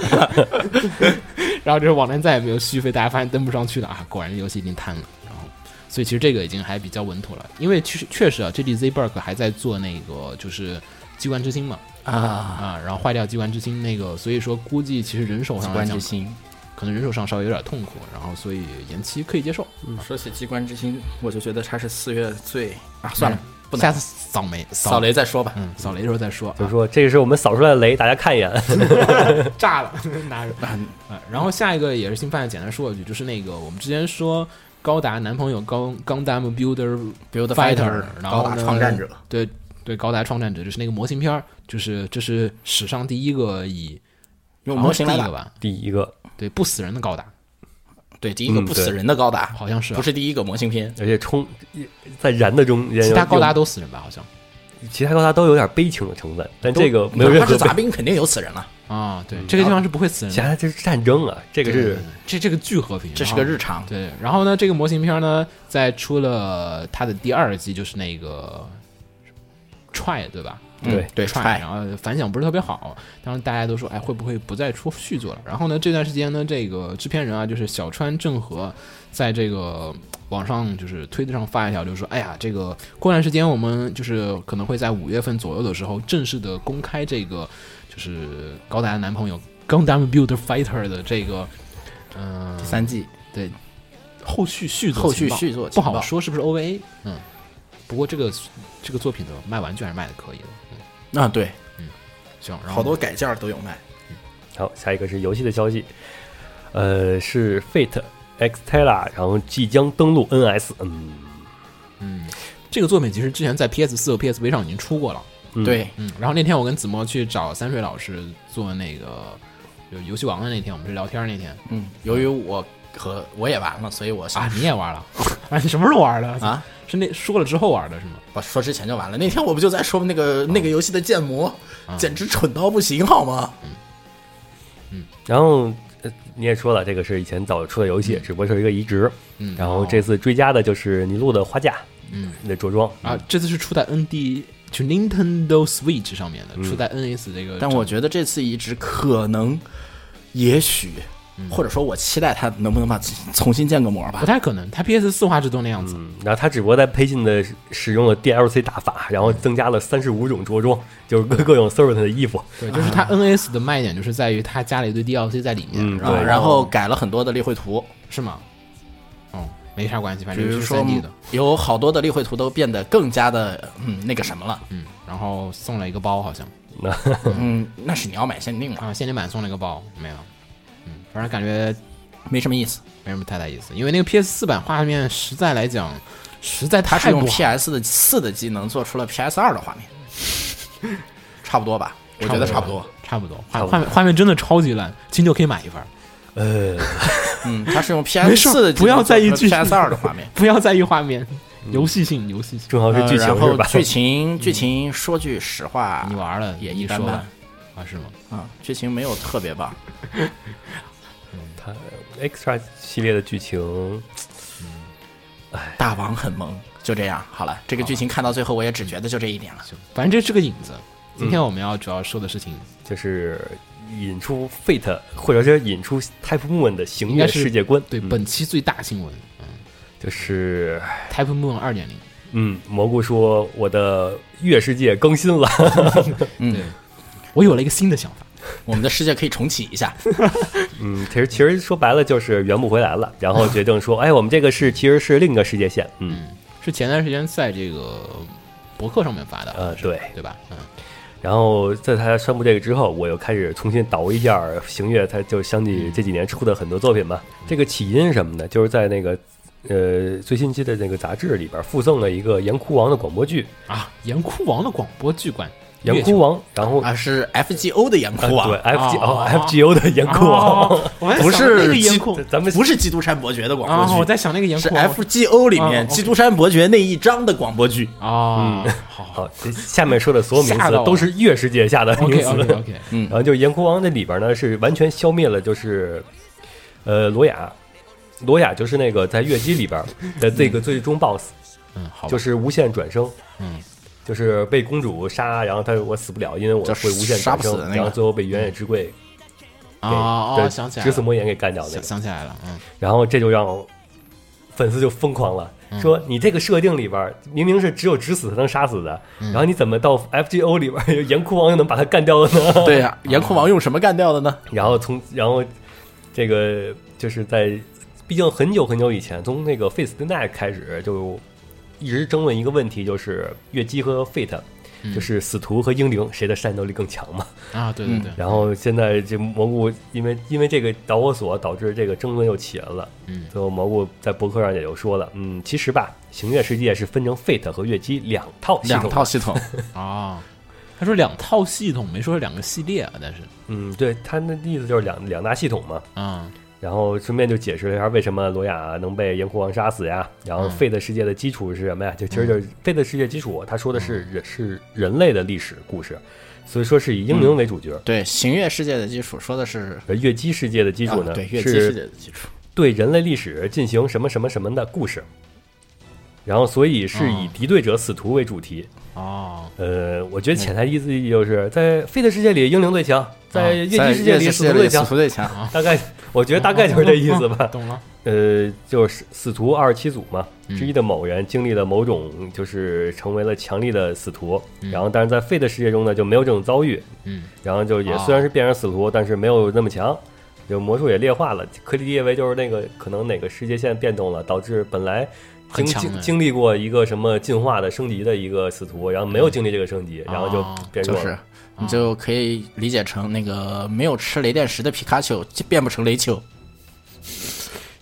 Speaker 1: 然后这个网站再也没有续费，大家发现登不上去了啊，果然这游戏已经瘫了。然后，所以其实这个已经还比较稳妥了，因为确实确实啊，这里 Z b e r g 还在做那个就是机关之心嘛
Speaker 2: 啊，
Speaker 1: 啊，然后坏掉机关之心那个，所以说估计其实人手
Speaker 2: 机
Speaker 1: 上来
Speaker 2: 关
Speaker 1: 讲
Speaker 2: 之，心。
Speaker 1: 可能人手上稍微有点痛苦，然后所以延期可以接受。
Speaker 2: 说起机关之心，我就觉得它是四月最啊，算了，不
Speaker 1: 下
Speaker 2: 能
Speaker 1: 次扫雷
Speaker 2: 扫雷，再说吧。啊
Speaker 1: 嗯，扫雷的时候再说，
Speaker 3: 就是说这个是我们扫出来的雷，大家看一眼。
Speaker 1: 啊炸 了，拿着
Speaker 2: 嗯
Speaker 1: 啊。然后下一个也是新番，简单说一句，就是那个我们之前说高达男朋友高钢弹 Builder
Speaker 2: ，Build
Speaker 1: Fighter，
Speaker 2: Fighter，
Speaker 1: 然
Speaker 2: 高
Speaker 1: 后
Speaker 2: 达
Speaker 1: 呢
Speaker 2: 创战者，
Speaker 1: 对对高达创战者，就是那个模型片儿，就是这是史上第一个以
Speaker 2: 用模型
Speaker 1: 好
Speaker 2: 来
Speaker 1: 像是第一个，
Speaker 2: 打
Speaker 1: 吧，
Speaker 3: 第一个，
Speaker 1: 对不死人的高达，
Speaker 2: 对，第一个
Speaker 3: 嗯
Speaker 2: 不
Speaker 3: 对
Speaker 2: 死人的高达，
Speaker 1: 好像是啊
Speaker 2: 不是第一个模型片，
Speaker 3: 而且冲在燃的中间，
Speaker 1: 其他高达
Speaker 3: 都
Speaker 1: 都死人吧，好像
Speaker 3: 其他高达都有点悲情的成分，但这个没有
Speaker 2: 哪
Speaker 3: 任
Speaker 2: 怕
Speaker 3: 何
Speaker 2: 是
Speaker 3: 悲
Speaker 2: 杂。兵，肯定有死人了，
Speaker 1: 啊，
Speaker 2: 嗯
Speaker 1: 对这个地方是不会死人
Speaker 3: 其
Speaker 1: 的，
Speaker 3: 他就是战争啊，这个
Speaker 1: 对
Speaker 3: 是
Speaker 1: 对对这这个巨和平，
Speaker 2: 这是
Speaker 1: 然
Speaker 2: 个
Speaker 1: 后
Speaker 2: 日常。
Speaker 1: 对，然后呢，这个模型片呢，在出了它的第二季，就是那个 Try 对吧？
Speaker 3: 对
Speaker 1: 嗯
Speaker 2: 对
Speaker 1: 踹，
Speaker 2: 踹
Speaker 1: 然后反响不是特别好。当时大家都说，哎，会不会不再出续作了？然后呢，这段时间呢，这个制片人啊，就是小川正和，在这个网上就是推特上发一条，就是说，哎呀，这个过段时间我们就是可能会在五月份左右的时候正式的公开这个，就是高达的男朋友 Gundam Builder Fighter 的这个，嗯、
Speaker 2: 第三季
Speaker 1: 对后续续作
Speaker 2: 后
Speaker 1: 情
Speaker 2: 续
Speaker 1: 报
Speaker 2: 续作
Speaker 1: 不
Speaker 2: 情
Speaker 1: 好
Speaker 2: 报
Speaker 1: 说是不是 OVA，嗯，不过这个这个作品的卖完卷还是卖的可以的，嗯，
Speaker 2: 啊，对，
Speaker 1: 行，然后
Speaker 2: 好多改件儿都有卖。
Speaker 3: 好，下一个是游戏的消息，呃，是 Fate Extella，然后即将登陆 NS，嗯，
Speaker 1: 这个作品其实之前在 PS 四和 PSV 上已经出过了，
Speaker 3: 嗯
Speaker 2: 对，
Speaker 1: 嗯，然后那天我跟子墨去找三水老师做那个就是游戏王的那天，我们是聊天那天
Speaker 2: 嗯，由于我和我也完了，所以我是
Speaker 1: 啊，你也玩了， 啊，你什么时候玩的？
Speaker 2: 啊，
Speaker 1: 是那说了之后玩的是吗？
Speaker 2: 我说之前就完了。那天我不就在说那个那个游戏的建模，简直蠢到不行，好吗？
Speaker 3: 然后、呃、你也说了，这个是以前早出的游戏，只不过是一个移植，
Speaker 1: 嗯，
Speaker 3: 然后这次追加的就是你录的花架，
Speaker 1: 嗯，
Speaker 3: 你的着装
Speaker 1: 啊，这次是出在 ND 就 Nintendo Switch 上面的，出在 NS 这个，
Speaker 2: 嗯但我觉得这次移植可能，也许，或者说我期待它能不能把重新建个模吧
Speaker 1: 不。太可能，它 PS 四画质都那样子，
Speaker 3: 嗯，然后它只不过在配进的使用了 DLC 打法，然后增加了三十五种着装，就是各各种 servant 的衣服，
Speaker 1: 对，就是
Speaker 2: 啊
Speaker 1: 它 NS 的卖点就是在于它加了一堆 DLC 在里面，
Speaker 3: 嗯
Speaker 1: 然
Speaker 2: 啊
Speaker 1: 后
Speaker 3: 对
Speaker 2: 然后改了很多的例会图，
Speaker 1: 是吗？哦，没啥关系，反
Speaker 2: 比
Speaker 1: 正
Speaker 2: 如
Speaker 1: 是
Speaker 2: 说
Speaker 1: 三 D 的，
Speaker 2: 有好多的例会图都变得更加的嗯那个什么了。
Speaker 1: 嗯，然后送了一个包好像
Speaker 3: 那
Speaker 2: 嗯，那是你要买限定嘛，
Speaker 1: 啊，限定版送了一个包，没了，嗯，反正感觉
Speaker 2: 没什么意思。
Speaker 1: 没什么太大意思，因为那个 PS 四版画面实在来讲，实在
Speaker 2: 它是
Speaker 1: 太
Speaker 2: 用
Speaker 1: 不好，
Speaker 2: PS 的四的机能做出了 PS 二的画面， 差不多吧？我觉得差不多。，
Speaker 1: 差不多，
Speaker 3: 差
Speaker 1: 画
Speaker 3: 不多
Speaker 1: 画面画面真的超级烂，金牛可以买一份儿，
Speaker 3: 呃，
Speaker 2: 嗯，它是用
Speaker 1: 没
Speaker 2: PS
Speaker 1: 事
Speaker 2: 四的
Speaker 1: 不要在意剧情
Speaker 2: PS 二的画面。
Speaker 1: 不要在意画面，
Speaker 2: 嗯
Speaker 1: 游戏性游戏性，
Speaker 3: 重要是剧情
Speaker 2: 呃然后
Speaker 3: 是吧？
Speaker 2: 剧情剧情，说句实话，
Speaker 1: 你玩了
Speaker 2: 也
Speaker 1: 你
Speaker 2: 啊一般
Speaker 1: 说
Speaker 2: 般
Speaker 1: 了啊是吗？
Speaker 2: 啊，剧情没有特别棒。
Speaker 3: 它 Extra 系列的剧情，
Speaker 2: 大王很萌，就这样好了。这个剧情看到最后，我也只觉得就这一点 了。
Speaker 1: 行，反正这是个引
Speaker 2: 嗯
Speaker 1: 子。今天我们要主要说的事情
Speaker 3: 就是引出 Fate 或者是引出 Type Moon 的行月世界观，
Speaker 1: 对，
Speaker 3: 嗯
Speaker 1: 本期最大新闻，嗯
Speaker 3: 就是
Speaker 1: ，Type Moon 二点零，
Speaker 3: 嗯，蘑菇说我的月世界更新了，嗯
Speaker 1: 对，我有了一个新的想法，
Speaker 2: 我们的世界可以重启一下，
Speaker 3: 嗯，其实其实说白了就是圆不回来了，然后决定说，哎，我们这个是其实是另一个世界线，嗯，
Speaker 1: 是前段时间在这个博客上面发的，
Speaker 3: 呃，对，
Speaker 1: 对吧？嗯，
Speaker 3: 然后在他宣布这个之后，我又开始重新倒一下行月，他就相继这几年出的很多作品嘛。这个起因是什么呢？就是在那个呃最新期的那个杂志里边附赠了一个岩窟王的广播剧《
Speaker 1: 啊，岩窟王的广播剧馆，
Speaker 3: 岩窟王》，然后、
Speaker 2: 啊，是 FGO 的岩窟啊，
Speaker 3: 对 F G 哦
Speaker 1: 哦
Speaker 3: F G O 的岩窟王，
Speaker 1: 哦，我还
Speaker 2: 不
Speaker 1: 想那
Speaker 2: 是
Speaker 1: 个
Speaker 2: 基
Speaker 1: 岩窟
Speaker 3: 咱们
Speaker 2: 不是《基督山伯爵》的广播
Speaker 1: 啊，
Speaker 2: 剧，
Speaker 1: 我在想那个岩
Speaker 2: 是
Speaker 1: 窟王
Speaker 2: FGO 里面
Speaker 1: 啊
Speaker 2: 《基督山伯爵》那一章的广播剧。
Speaker 3: 嗯
Speaker 1: 啊，好
Speaker 3: 好，哦这下面说的所有名
Speaker 1: 吓
Speaker 3: 词
Speaker 1: 到我
Speaker 3: 都是月世界下的名
Speaker 1: ，OK
Speaker 3: 词。
Speaker 1: OK OK，
Speaker 3: 然 后就岩窟王那里边呢是完全消灭了，就是呃罗雅，罗雅就是那个在月姬里 边的这个最终 BOSS。
Speaker 1: 嗯，好吧，
Speaker 3: 就是无限转生，
Speaker 1: 嗯，
Speaker 3: 就是被公主杀，然后她我死不了，因为我
Speaker 2: 就
Speaker 3: 会无限
Speaker 2: 杀
Speaker 3: 转
Speaker 2: 不
Speaker 3: 生
Speaker 2: 死的，那个
Speaker 3: 然后最后被圆野之贵给
Speaker 1: 啊嗯哦，
Speaker 3: 对
Speaker 1: 想起来
Speaker 3: 直死
Speaker 1: 了，
Speaker 3: 魔眼给干掉那
Speaker 1: 想
Speaker 3: 个，
Speaker 1: 想起来了，嗯，
Speaker 3: 然后这就让粉丝就疯狂了。
Speaker 1: 嗯
Speaker 3: 说你这个设定里边儿明明是只有直死才能杀死的，
Speaker 1: 嗯
Speaker 3: 然后你怎么到 FGO 里边儿岩窟王又能把他干掉了呢？
Speaker 2: 对呀、岩窟王用什么干掉的呢？
Speaker 3: 然后从然后这个就是在，毕竟很久很久以前，从那个 Face the Night 开始就一直争论一个问题，就是月姬和 Fate，、就是
Speaker 2: 嗯
Speaker 3: 死徒和英灵谁的战斗力更强嘛？
Speaker 1: 啊，对对对，
Speaker 3: 然后现在这蘑菇因为因为这个导火索导致这个争论又起来了，
Speaker 1: 嗯
Speaker 3: 最后蘑菇在博客上也就说了，嗯，其实吧，行月世界是分成 Fate 和月姬两套系统
Speaker 2: 两
Speaker 3: 的，
Speaker 2: 套系统，
Speaker 1: 啊，他说两套系统，没说是两个系列啊，但是，
Speaker 3: 嗯，对他那意思就是两两大系统嘛，
Speaker 1: 嗯
Speaker 3: 然后顺便就解释了一下为什么罗雅能被炎狐王杀死呀？然后 Fate 世界的基础是什么呀？就其
Speaker 2: 嗯
Speaker 3: 实就是 Fate 世界基础，他说的是人是人类的历史故事，所以说是以英灵为主角。
Speaker 2: 对行月世界的基础说的是
Speaker 3: 而月姬世界的基础
Speaker 2: 啊
Speaker 3: 呢，
Speaker 2: 啊对月姬世界
Speaker 3: 是
Speaker 2: 的基础，
Speaker 3: 对人类历史进行什么什么什么的故事。然后所以是
Speaker 2: 啊
Speaker 3: 以敌对者死徒为主题。
Speaker 1: 哦，
Speaker 3: 呃，我觉得潜台意思就是在 Fate 世界里英灵最强，在越
Speaker 2: 啊在
Speaker 3: 级世界里
Speaker 2: 世
Speaker 3: 死
Speaker 2: 界
Speaker 3: 徒最
Speaker 2: 里死
Speaker 3: 强
Speaker 2: 徒，最强，
Speaker 3: 大概我觉得大概就是这 意思吧。
Speaker 1: 懂了，
Speaker 3: 呃，就是死徒二十七组嘛，
Speaker 1: 嗯
Speaker 3: 之一的某人经历了某种，就是成为了强力的死徒。
Speaker 1: 嗯
Speaker 3: 然后，但是在 Fate 的世界中呢，就没有这种遭遇。
Speaker 1: 嗯，
Speaker 3: 然后就也
Speaker 1: 哦
Speaker 3: 虽然是变成死徒，但是没有那么强，就魔术也劣化了。可以理解为就是那个可能哪个世界线变动了，导致本来经
Speaker 1: 很强
Speaker 3: 经
Speaker 1: 的
Speaker 3: 经历过一个什么进化的升级的一个死徒，然后没有经历这个升级，然后就
Speaker 1: 嗯哦
Speaker 3: 变弱
Speaker 2: 就
Speaker 3: 了。
Speaker 2: 是你就可以理解成那个没有吃雷电石的皮卡丘就变不成雷丘。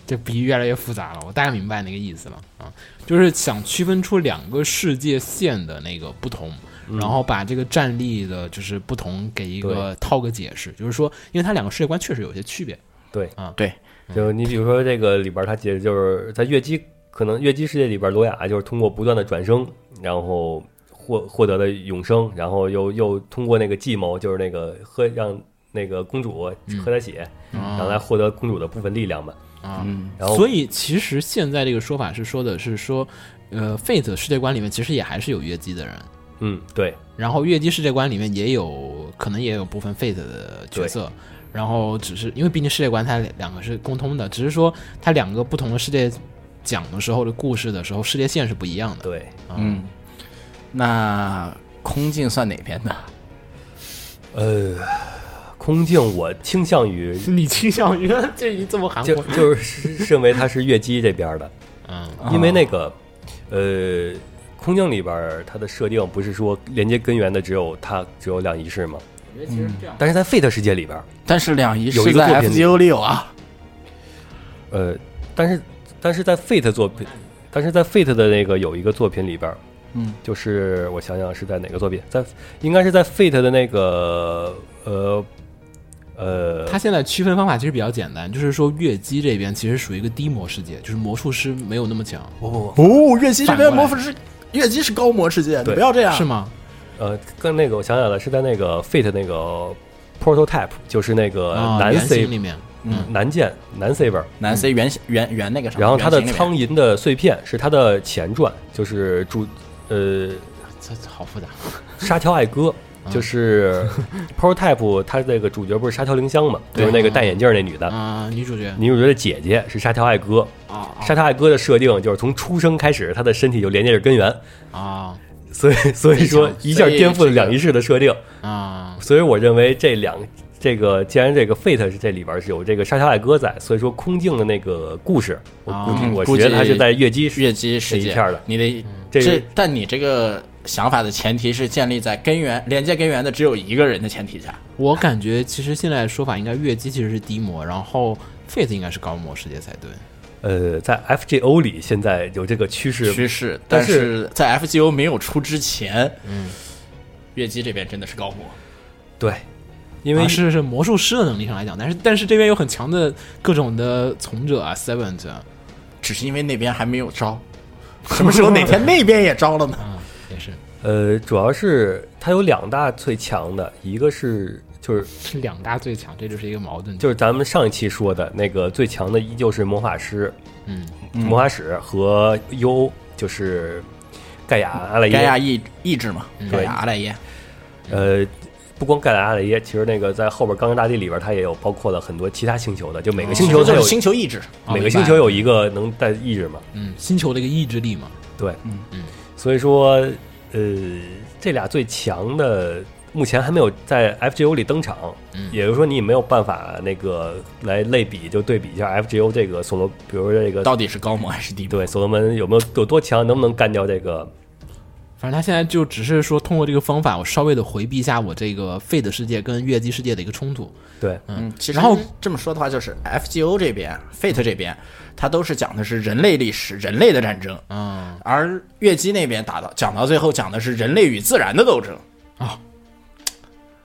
Speaker 1: 这比喻越来越复杂了，我大概明白那个意思了啊，就是想区分出两个世界线的那个不同。
Speaker 3: 嗯
Speaker 1: 然后把这个战力的，就是不同给一个套个解释，就是说，因为它两个世界观确实有些区别，
Speaker 3: 对，
Speaker 2: 对，
Speaker 3: 就你比如说这个里边，它解释就是在月姬，可能月姬世界里边，罗雅就是通过不断的转生，然后获获得了永生，然后又又通过那个计谋，就是那个喝让那个公主喝她血，然后来获得公主的部分力量嘛。
Speaker 1: 啊，
Speaker 2: 嗯
Speaker 3: 嗯然后
Speaker 1: 所以其实现在这个说法是说的是说，呃，Fate 世界观里面其实也还是有越级的人，
Speaker 3: 嗯，对，
Speaker 1: 然后越级世界观里面也有可能也有部分 Fate 的角色，然后只是因为毕竟世界观它两个是共通的，只是说它两个不同的世界讲的时候的故事的时候世界线是不一样的。
Speaker 3: 对，
Speaker 2: 嗯，那空镜算哪边的？
Speaker 3: 呃，空镜我倾向于
Speaker 1: 你倾向于这你这么韩
Speaker 3: 就就是认为她是月姬这边的，
Speaker 1: 嗯
Speaker 3: 因为那个，呃，空镜里边儿它的设定不是说连接根源的只有它只有两仪式吗？
Speaker 1: 我觉得其实这样，
Speaker 3: 但是在 Fate 世界里边儿，
Speaker 2: 但是两仪
Speaker 3: 有一个
Speaker 2: 是
Speaker 3: 作
Speaker 2: 在
Speaker 3: 品
Speaker 2: FGO 里有啊，
Speaker 3: 呃，但是但是在 Fate 作品，
Speaker 1: 嗯
Speaker 3: 但是在 Fate 的那个有一个作品里边儿，
Speaker 2: 嗯，
Speaker 3: 就是我想想是在哪个作品，在应该是在 Fate 的那个呃呃，
Speaker 1: 它现在区分方法其实比较简单，就是说月姬这边其实属于一个低魔世界，就是魔术师没有那么强，
Speaker 3: 不不不，
Speaker 2: 哦，月姬这边
Speaker 1: 反过
Speaker 2: 魔
Speaker 1: 来
Speaker 2: 法师，月姬是高魔世界，你
Speaker 3: 对
Speaker 2: 不要这样。
Speaker 1: 是？吗？
Speaker 3: 呃，跟那个我想想了，是在那个 Fate 那个 Prototype，就是那个
Speaker 1: 啊、
Speaker 3: 呃男
Speaker 1: 原型
Speaker 3: C、
Speaker 1: 里面，
Speaker 3: 男剑男 Saber，
Speaker 2: 南 C 原原原那个什么？
Speaker 3: 然后它的
Speaker 2: 原型里
Speaker 3: 苍
Speaker 2: 面
Speaker 3: 银的碎片是它的前传，就是主呃
Speaker 1: 这这好复杂。
Speaker 3: 沙丘爱歌，
Speaker 2: 嗯
Speaker 3: 就是 Prototype，他那个主角不是沙丘绫香嘛，就是那个戴眼镜那女
Speaker 2: 嗯
Speaker 3: 的，
Speaker 1: 啊、女主角
Speaker 3: 女主角的姐姐是沙丘爱歌。
Speaker 2: 哦
Speaker 1: 啊
Speaker 3: 沙丘爱歌的设定就是从出生开始，她的身体就连接着根源，
Speaker 1: 啊
Speaker 3: 所以所以说一下颠覆了两仪式的设定。
Speaker 1: 啊！
Speaker 3: 所以我认为这两这个既然这个 Fate 是这里边是有这个沙丘爱歌在，所以说空镜的那个故事，我估计
Speaker 2: 啊
Speaker 3: 我
Speaker 2: 估计
Speaker 3: 觉得它是在月姬
Speaker 2: 月姬世
Speaker 3: 这
Speaker 2: 界
Speaker 3: 一片儿的嗯
Speaker 2: 你得
Speaker 3: 这
Speaker 2: 这，但你这个想法的前提是建立在根源连接根源的只有一个人的前提下。
Speaker 1: 我感觉其实现在说法应该月姬其实是低魔，然后 Fate 应该是高魔世界才对。
Speaker 3: 呃，在 FGO 里现在有这个趋势，
Speaker 2: 趋势，
Speaker 3: 但
Speaker 2: 但是在 FGO 没有出之前，嗯，月姬这边真的是高魔，
Speaker 3: 对，因为
Speaker 1: 啊、是是魔术师的能力上来讲，但是但是这边有很强的各种的从者啊，Servant 啊
Speaker 2: 只是因为那边还没有 招，什么时候哪天那边也招了呢？
Speaker 1: 嗯也是
Speaker 3: 呃，主要是它有两大最强的，一个是就是
Speaker 1: 是两大最强，这就是一个矛盾。
Speaker 3: 就是咱们上一期说的那个最强的，依旧是魔法师、
Speaker 1: 嗯
Speaker 3: 魔法使和 U，就是盖亚阿莱
Speaker 2: 盖亚
Speaker 3: 耶。
Speaker 2: 意意志嘛，
Speaker 3: 嗯
Speaker 2: 盖亚阿莱耶，
Speaker 3: 呃，不光盖亚阿莱耶，其实那个在后边《钢之大地》里边，它也有包括了很多其他星球的，就每个星球都
Speaker 2: 就
Speaker 3: 有、
Speaker 2: 是哦星球意志，
Speaker 1: 哦
Speaker 3: 每个
Speaker 1: 明白
Speaker 3: 星球有一个能带意志嘛。
Speaker 1: 嗯，星球的一个意志力嘛，
Speaker 3: 对，嗯嗯，所以说，呃，这俩最强的目前还没有在 FGO 里登场，
Speaker 1: 嗯
Speaker 3: 也就是说你没有办法那个来类比，就对比一下 FGO 这个所罗，比如说这个
Speaker 2: 到底是高魔还是低魔？
Speaker 3: 对所罗门有没有有多强，能不能干掉这个？
Speaker 1: 反正他现在就只是说通过这个方法，我稍微的回避一下我这个 Fate 世界跟月姬世界的一个冲突。
Speaker 3: 对，
Speaker 2: 嗯，其实
Speaker 1: 然后
Speaker 2: 这么说的话，就是 FGO 这边、Fate 这边，它都是讲的是人类历史、人类的战争，
Speaker 1: 嗯
Speaker 2: 而月姬那边打到讲到最后讲的是人类与自然的斗争
Speaker 1: 啊，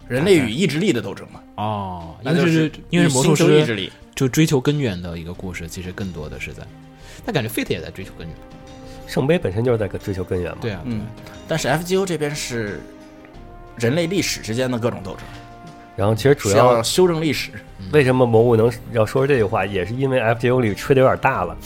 Speaker 2: 人类与意志力的斗争嘛，
Speaker 1: 哦，因
Speaker 2: 那
Speaker 1: 为
Speaker 2: 就是
Speaker 1: 因为是魔术
Speaker 2: 星球
Speaker 1: 师
Speaker 2: 意志力，
Speaker 1: 就追求根源的一个故事，其实更多的是在，但感觉 Fate 也在追求根源。
Speaker 3: 圣杯本身就是在追求根源嘛。
Speaker 1: 对啊，
Speaker 2: 嗯，但是 FGO 这边是人类历史之间的各种斗争，
Speaker 3: 然后其实主
Speaker 2: 是
Speaker 3: 要
Speaker 2: 要修正历史。
Speaker 3: 为什么魔物能要说这句话，也是因为 FGO 里吹的有点大了。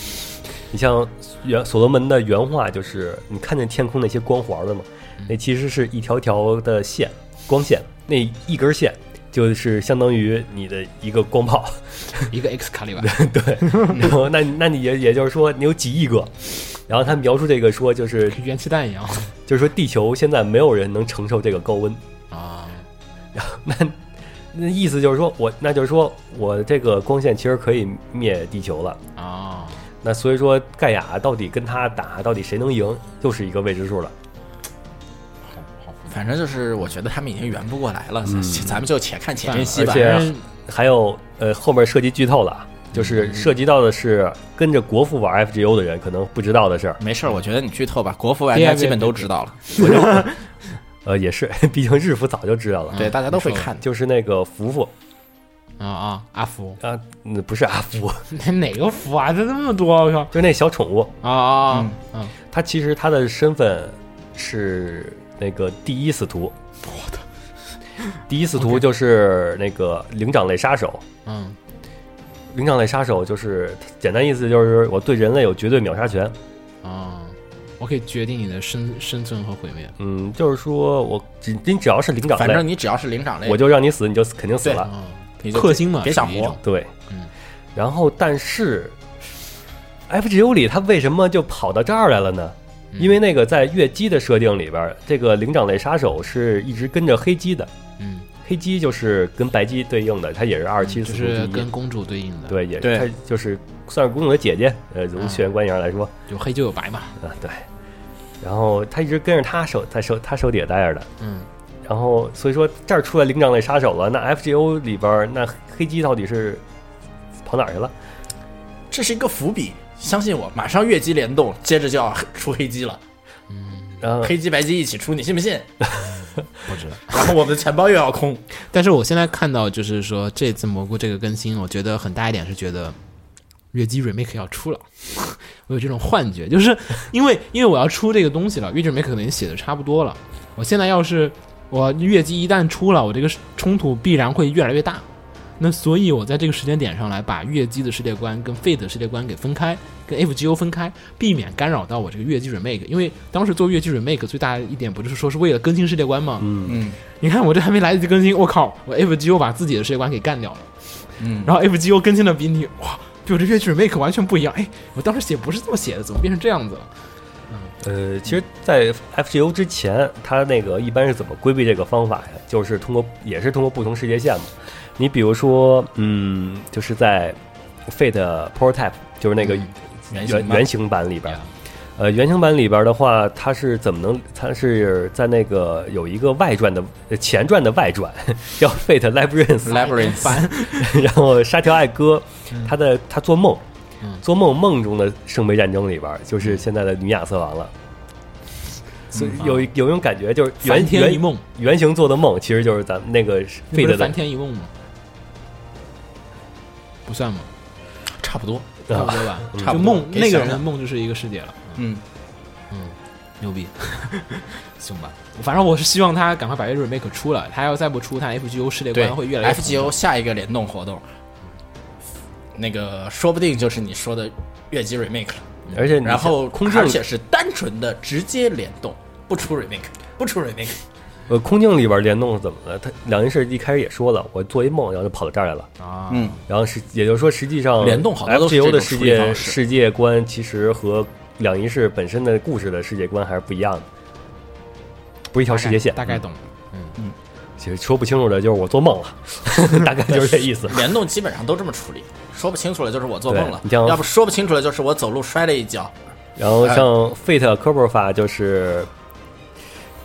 Speaker 3: 你像原所罗门的原话就是：“你看见天空那些光环了吗？那其实是一条条的线，光线，那一根线就是相当于你的一个光炮。
Speaker 1: 一个 X 卡里瓦，
Speaker 3: 对，然后那那你也也就是说你有几亿个。然后他描述这个说，就是
Speaker 1: 跟元气弹一 样
Speaker 3: 就是说地球现在没有人能承受这个高温。
Speaker 1: 啊，
Speaker 3: 那那意思就是说我那就是说我这个光线其实可以灭地球了。
Speaker 1: 啊，
Speaker 3: 那所以说盖亚到底跟他打，到底谁能赢，又是一个未知数了。
Speaker 1: 好好复杂
Speaker 2: 反正就是我觉得他们已经圆不过来了，咱们就且看嗯且珍惜吧
Speaker 3: 而。且
Speaker 1: 反正
Speaker 3: 还有呃，后面涉及剧透了啊，就是涉及到的是跟着国服玩 FGO 的人可能不知道的事儿。
Speaker 2: 没事儿，我觉得你剧透吧，国服玩家基本都知道了，
Speaker 3: 呃，也是， 毕竟日服早就知道了，
Speaker 1: 对
Speaker 2: 对，大家都会
Speaker 1: 你说
Speaker 2: 看的。
Speaker 3: 就是那个福福
Speaker 1: 啊啊，阿福，
Speaker 3: 啊，嗯不是阿福，
Speaker 1: 哪 哪个福啊？这那么多，我靠
Speaker 3: 就是那小宠物，
Speaker 1: 啊啊啊！
Speaker 3: 他其实他的身份是那个第一司徒。我的第一司徒就是那个灵长类杀手，
Speaker 1: 嗯
Speaker 3: 灵长类杀手就是简单意思就是我对人类有绝对秒杀权，
Speaker 1: 嗯啊，我可以决定你的生生存和毁灭。
Speaker 3: 嗯，就是说我只你只要是灵长
Speaker 2: 反
Speaker 3: 类
Speaker 2: 正，你只要是灵长类，
Speaker 3: 我就让你死，你就肯定死了。
Speaker 1: 啊，
Speaker 2: 你就
Speaker 1: 克星嘛
Speaker 2: 别想
Speaker 1: 属于一
Speaker 2: 活
Speaker 1: 种。
Speaker 3: 对，
Speaker 1: 嗯
Speaker 3: 然后但是 FGO 里他为什么就跑到这儿来了呢？
Speaker 1: 嗯
Speaker 3: 因为那个在月姬的设定里边，这个灵长类杀手是一直跟着黑姬的，
Speaker 1: 嗯，
Speaker 3: 黑姬就是跟白姬对应的，她也是二十七
Speaker 1: 就
Speaker 3: 四
Speaker 1: 是
Speaker 3: 十
Speaker 1: 跟公主对应的，，
Speaker 3: 对，也
Speaker 2: 对
Speaker 3: 她就是算是公主的姐姐，呃，从
Speaker 1: 嗯
Speaker 3: 血缘关系上来说
Speaker 1: 有黑就有白嘛。
Speaker 3: 啊，对。然后她一直跟着她手，在手她手底下待着的。
Speaker 1: 嗯，
Speaker 3: 然后所以说这儿出来灵长类杀手了，那 FGO 里边儿那黑鸡到底是跑哪儿去了？
Speaker 2: 这是一个伏笔，相信我，马上越级联动，接着就要 出黑鸡了，
Speaker 3: 然后
Speaker 2: 黑鸡白鸡一起出，你信不信？
Speaker 1: 不 知道。
Speaker 2: 然后我们的钱包又要空，
Speaker 1: 但是我现在看到，就是说这次蘑菇这个更新，我觉得很大一点是觉得月姬 remake 要出了， 我有这种幻觉，就是因为因为我要出这个东西了，月姬 remake 可能写的差不多了，我现在要是我月姬一旦出了，我这个冲突必然会越来越大。那所以，我在这个时间点上来把月姬的世界观跟 Fate 的世界观给分开，跟 FGO 分开，避免干扰到我这个月姬 remake。因为当时做月姬 remake 最大一点不就是说是为了更新世界观吗？
Speaker 2: 嗯
Speaker 1: 你看我这还没来得及更新，我靠，我 FGO 把自己的世界观给干掉了，
Speaker 2: 嗯，
Speaker 1: 然后 FGO 更新的比你哇，比我这乐曲 remake 完全不一样。哎，我当时写不是这么写的，怎么变成这样子了？
Speaker 3: 呃，其实，在 FGO 之前，它那个一般是怎么规避这个方法呀？就是通过，也是通过不同世界线嘛。你比如说，嗯，就是在 Fate Prototype，就是那个
Speaker 1: 嗯
Speaker 3: 原
Speaker 2: 原型吧
Speaker 3: 原型版里边
Speaker 2: 啊
Speaker 3: 儿，
Speaker 1: 哎
Speaker 3: 呃，原型版里边儿的话，它是怎么能？它是在那个有一个外传的呃前传的外传，叫 Fate Labyrinth，
Speaker 2: Labyrinth
Speaker 1: 烦，
Speaker 3: 然后沙条爱歌，他的他做梦
Speaker 1: 嗯，
Speaker 3: 做梦梦中的圣杯战争里边儿，就是现在的女亚瑟王了。所以有有一种感觉，就是原
Speaker 1: 嗯梵天一
Speaker 3: 原
Speaker 1: 梦，
Speaker 3: 原型做的梦，其实就是咱们那个
Speaker 1: 那
Speaker 3: 费德
Speaker 1: 不是
Speaker 3: 的
Speaker 1: 梵天一梦吗？不算吗？
Speaker 2: 差不多，
Speaker 1: 差不
Speaker 3: 啊，
Speaker 1: 多吧，
Speaker 2: 差
Speaker 1: 就
Speaker 2: 不多
Speaker 1: 梦
Speaker 2: 给
Speaker 1: 那个
Speaker 2: 想
Speaker 1: 人的
Speaker 2: 想
Speaker 1: 梦就是一个世界了，
Speaker 2: 嗯，
Speaker 1: 牛 逼，行吧。反正我是希望他赶快把这 remake 出了，他要再不出，他 FGO 世界
Speaker 2: 对
Speaker 1: 观会越来越恐怖
Speaker 2: FGO 下一个联动活动，那个说不定就是你说的越级 remake 了，
Speaker 3: 而且你
Speaker 2: 然后
Speaker 3: 像空
Speaker 2: 而
Speaker 3: 镜
Speaker 2: 且是单纯的直接联动，不出 remake，不出 remake，
Speaker 3: 呃空镜里边联动是怎么了？他两件事一开始也说了，我做一梦，然后就跑到这儿来了。
Speaker 1: 啊，
Speaker 2: 嗯，
Speaker 3: 然后是也就是说，实际上
Speaker 2: 联动好多都是
Speaker 3: FGO 的
Speaker 2: 这种
Speaker 3: 世
Speaker 2: 处理
Speaker 3: 界
Speaker 2: 方式
Speaker 3: 世界观其实和两仪式本身的故事的世界观还是不一样的，不是一条世界线。
Speaker 1: 大
Speaker 2: 嗯
Speaker 1: 概懂了。
Speaker 3: 其实说不清楚的就是我做 梦了，大概就是这意思。
Speaker 2: 啊联动基本上都这么处理，说不清楚了就是我做梦了
Speaker 3: 对你像，
Speaker 2: 要不说不清楚了就是我走路摔了一跤，
Speaker 3: 然后像 Fate c o b r f a 就是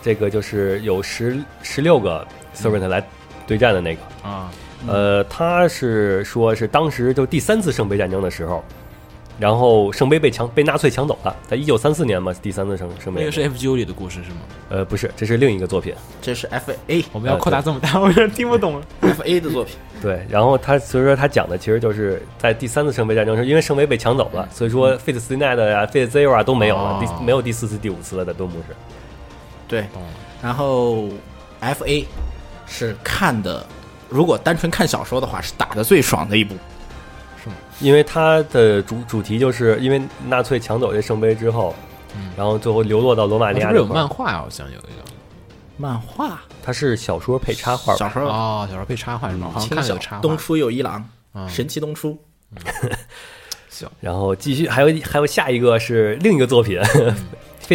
Speaker 3: 这个就是有十十六个 Servant 来对战的那个，
Speaker 1: 啊，
Speaker 2: 嗯
Speaker 3: 呃，他是说是当时就第三次圣杯战争的时候。然后圣杯被抢被纳粹抢走了，在一九三四年嘛，第三次圣圣
Speaker 1: 那
Speaker 3: 杯
Speaker 1: 个，是 FGO 里的故事是吗？呃
Speaker 3: 呃，不是，这是另一个作品，
Speaker 2: 这是 F A
Speaker 1: 我们要扩大这么大，我有 点听不懂了。
Speaker 2: F A 的作品，
Speaker 3: 对。然后他所以说他讲的其实就是在第三次圣杯战争时，因为圣杯被抢走了，所以说 Fate Stay Night 呀、Fate Zero 啊都没有了，
Speaker 1: 哦
Speaker 3: 第没有第四次、第五次了，在敦睦市。
Speaker 2: 对，然后 F A 是看的，如果单纯看小说的话，是打的最爽的一部，
Speaker 1: 是吗？
Speaker 3: 因为它的主主题就是因为纳粹抢走这圣杯之后，然后最后流落到罗马
Speaker 1: 我
Speaker 3: 尼
Speaker 1: 是
Speaker 3: 亚
Speaker 1: 不是
Speaker 3: 这
Speaker 1: 有
Speaker 3: 块
Speaker 1: 漫
Speaker 3: 儿，
Speaker 1: 画嗯啊？我想有一个
Speaker 2: 漫画
Speaker 3: 它是小说配插画吧，
Speaker 2: 小时候
Speaker 1: 哦，小时候被插画是吗？好像
Speaker 2: 啊轻
Speaker 1: 看了
Speaker 2: 小
Speaker 1: 有插画。
Speaker 2: 东出有一郎，
Speaker 1: 嗯
Speaker 2: 神奇东出，
Speaker 3: 然后继续还有一还有下一个是另一个作品，Fate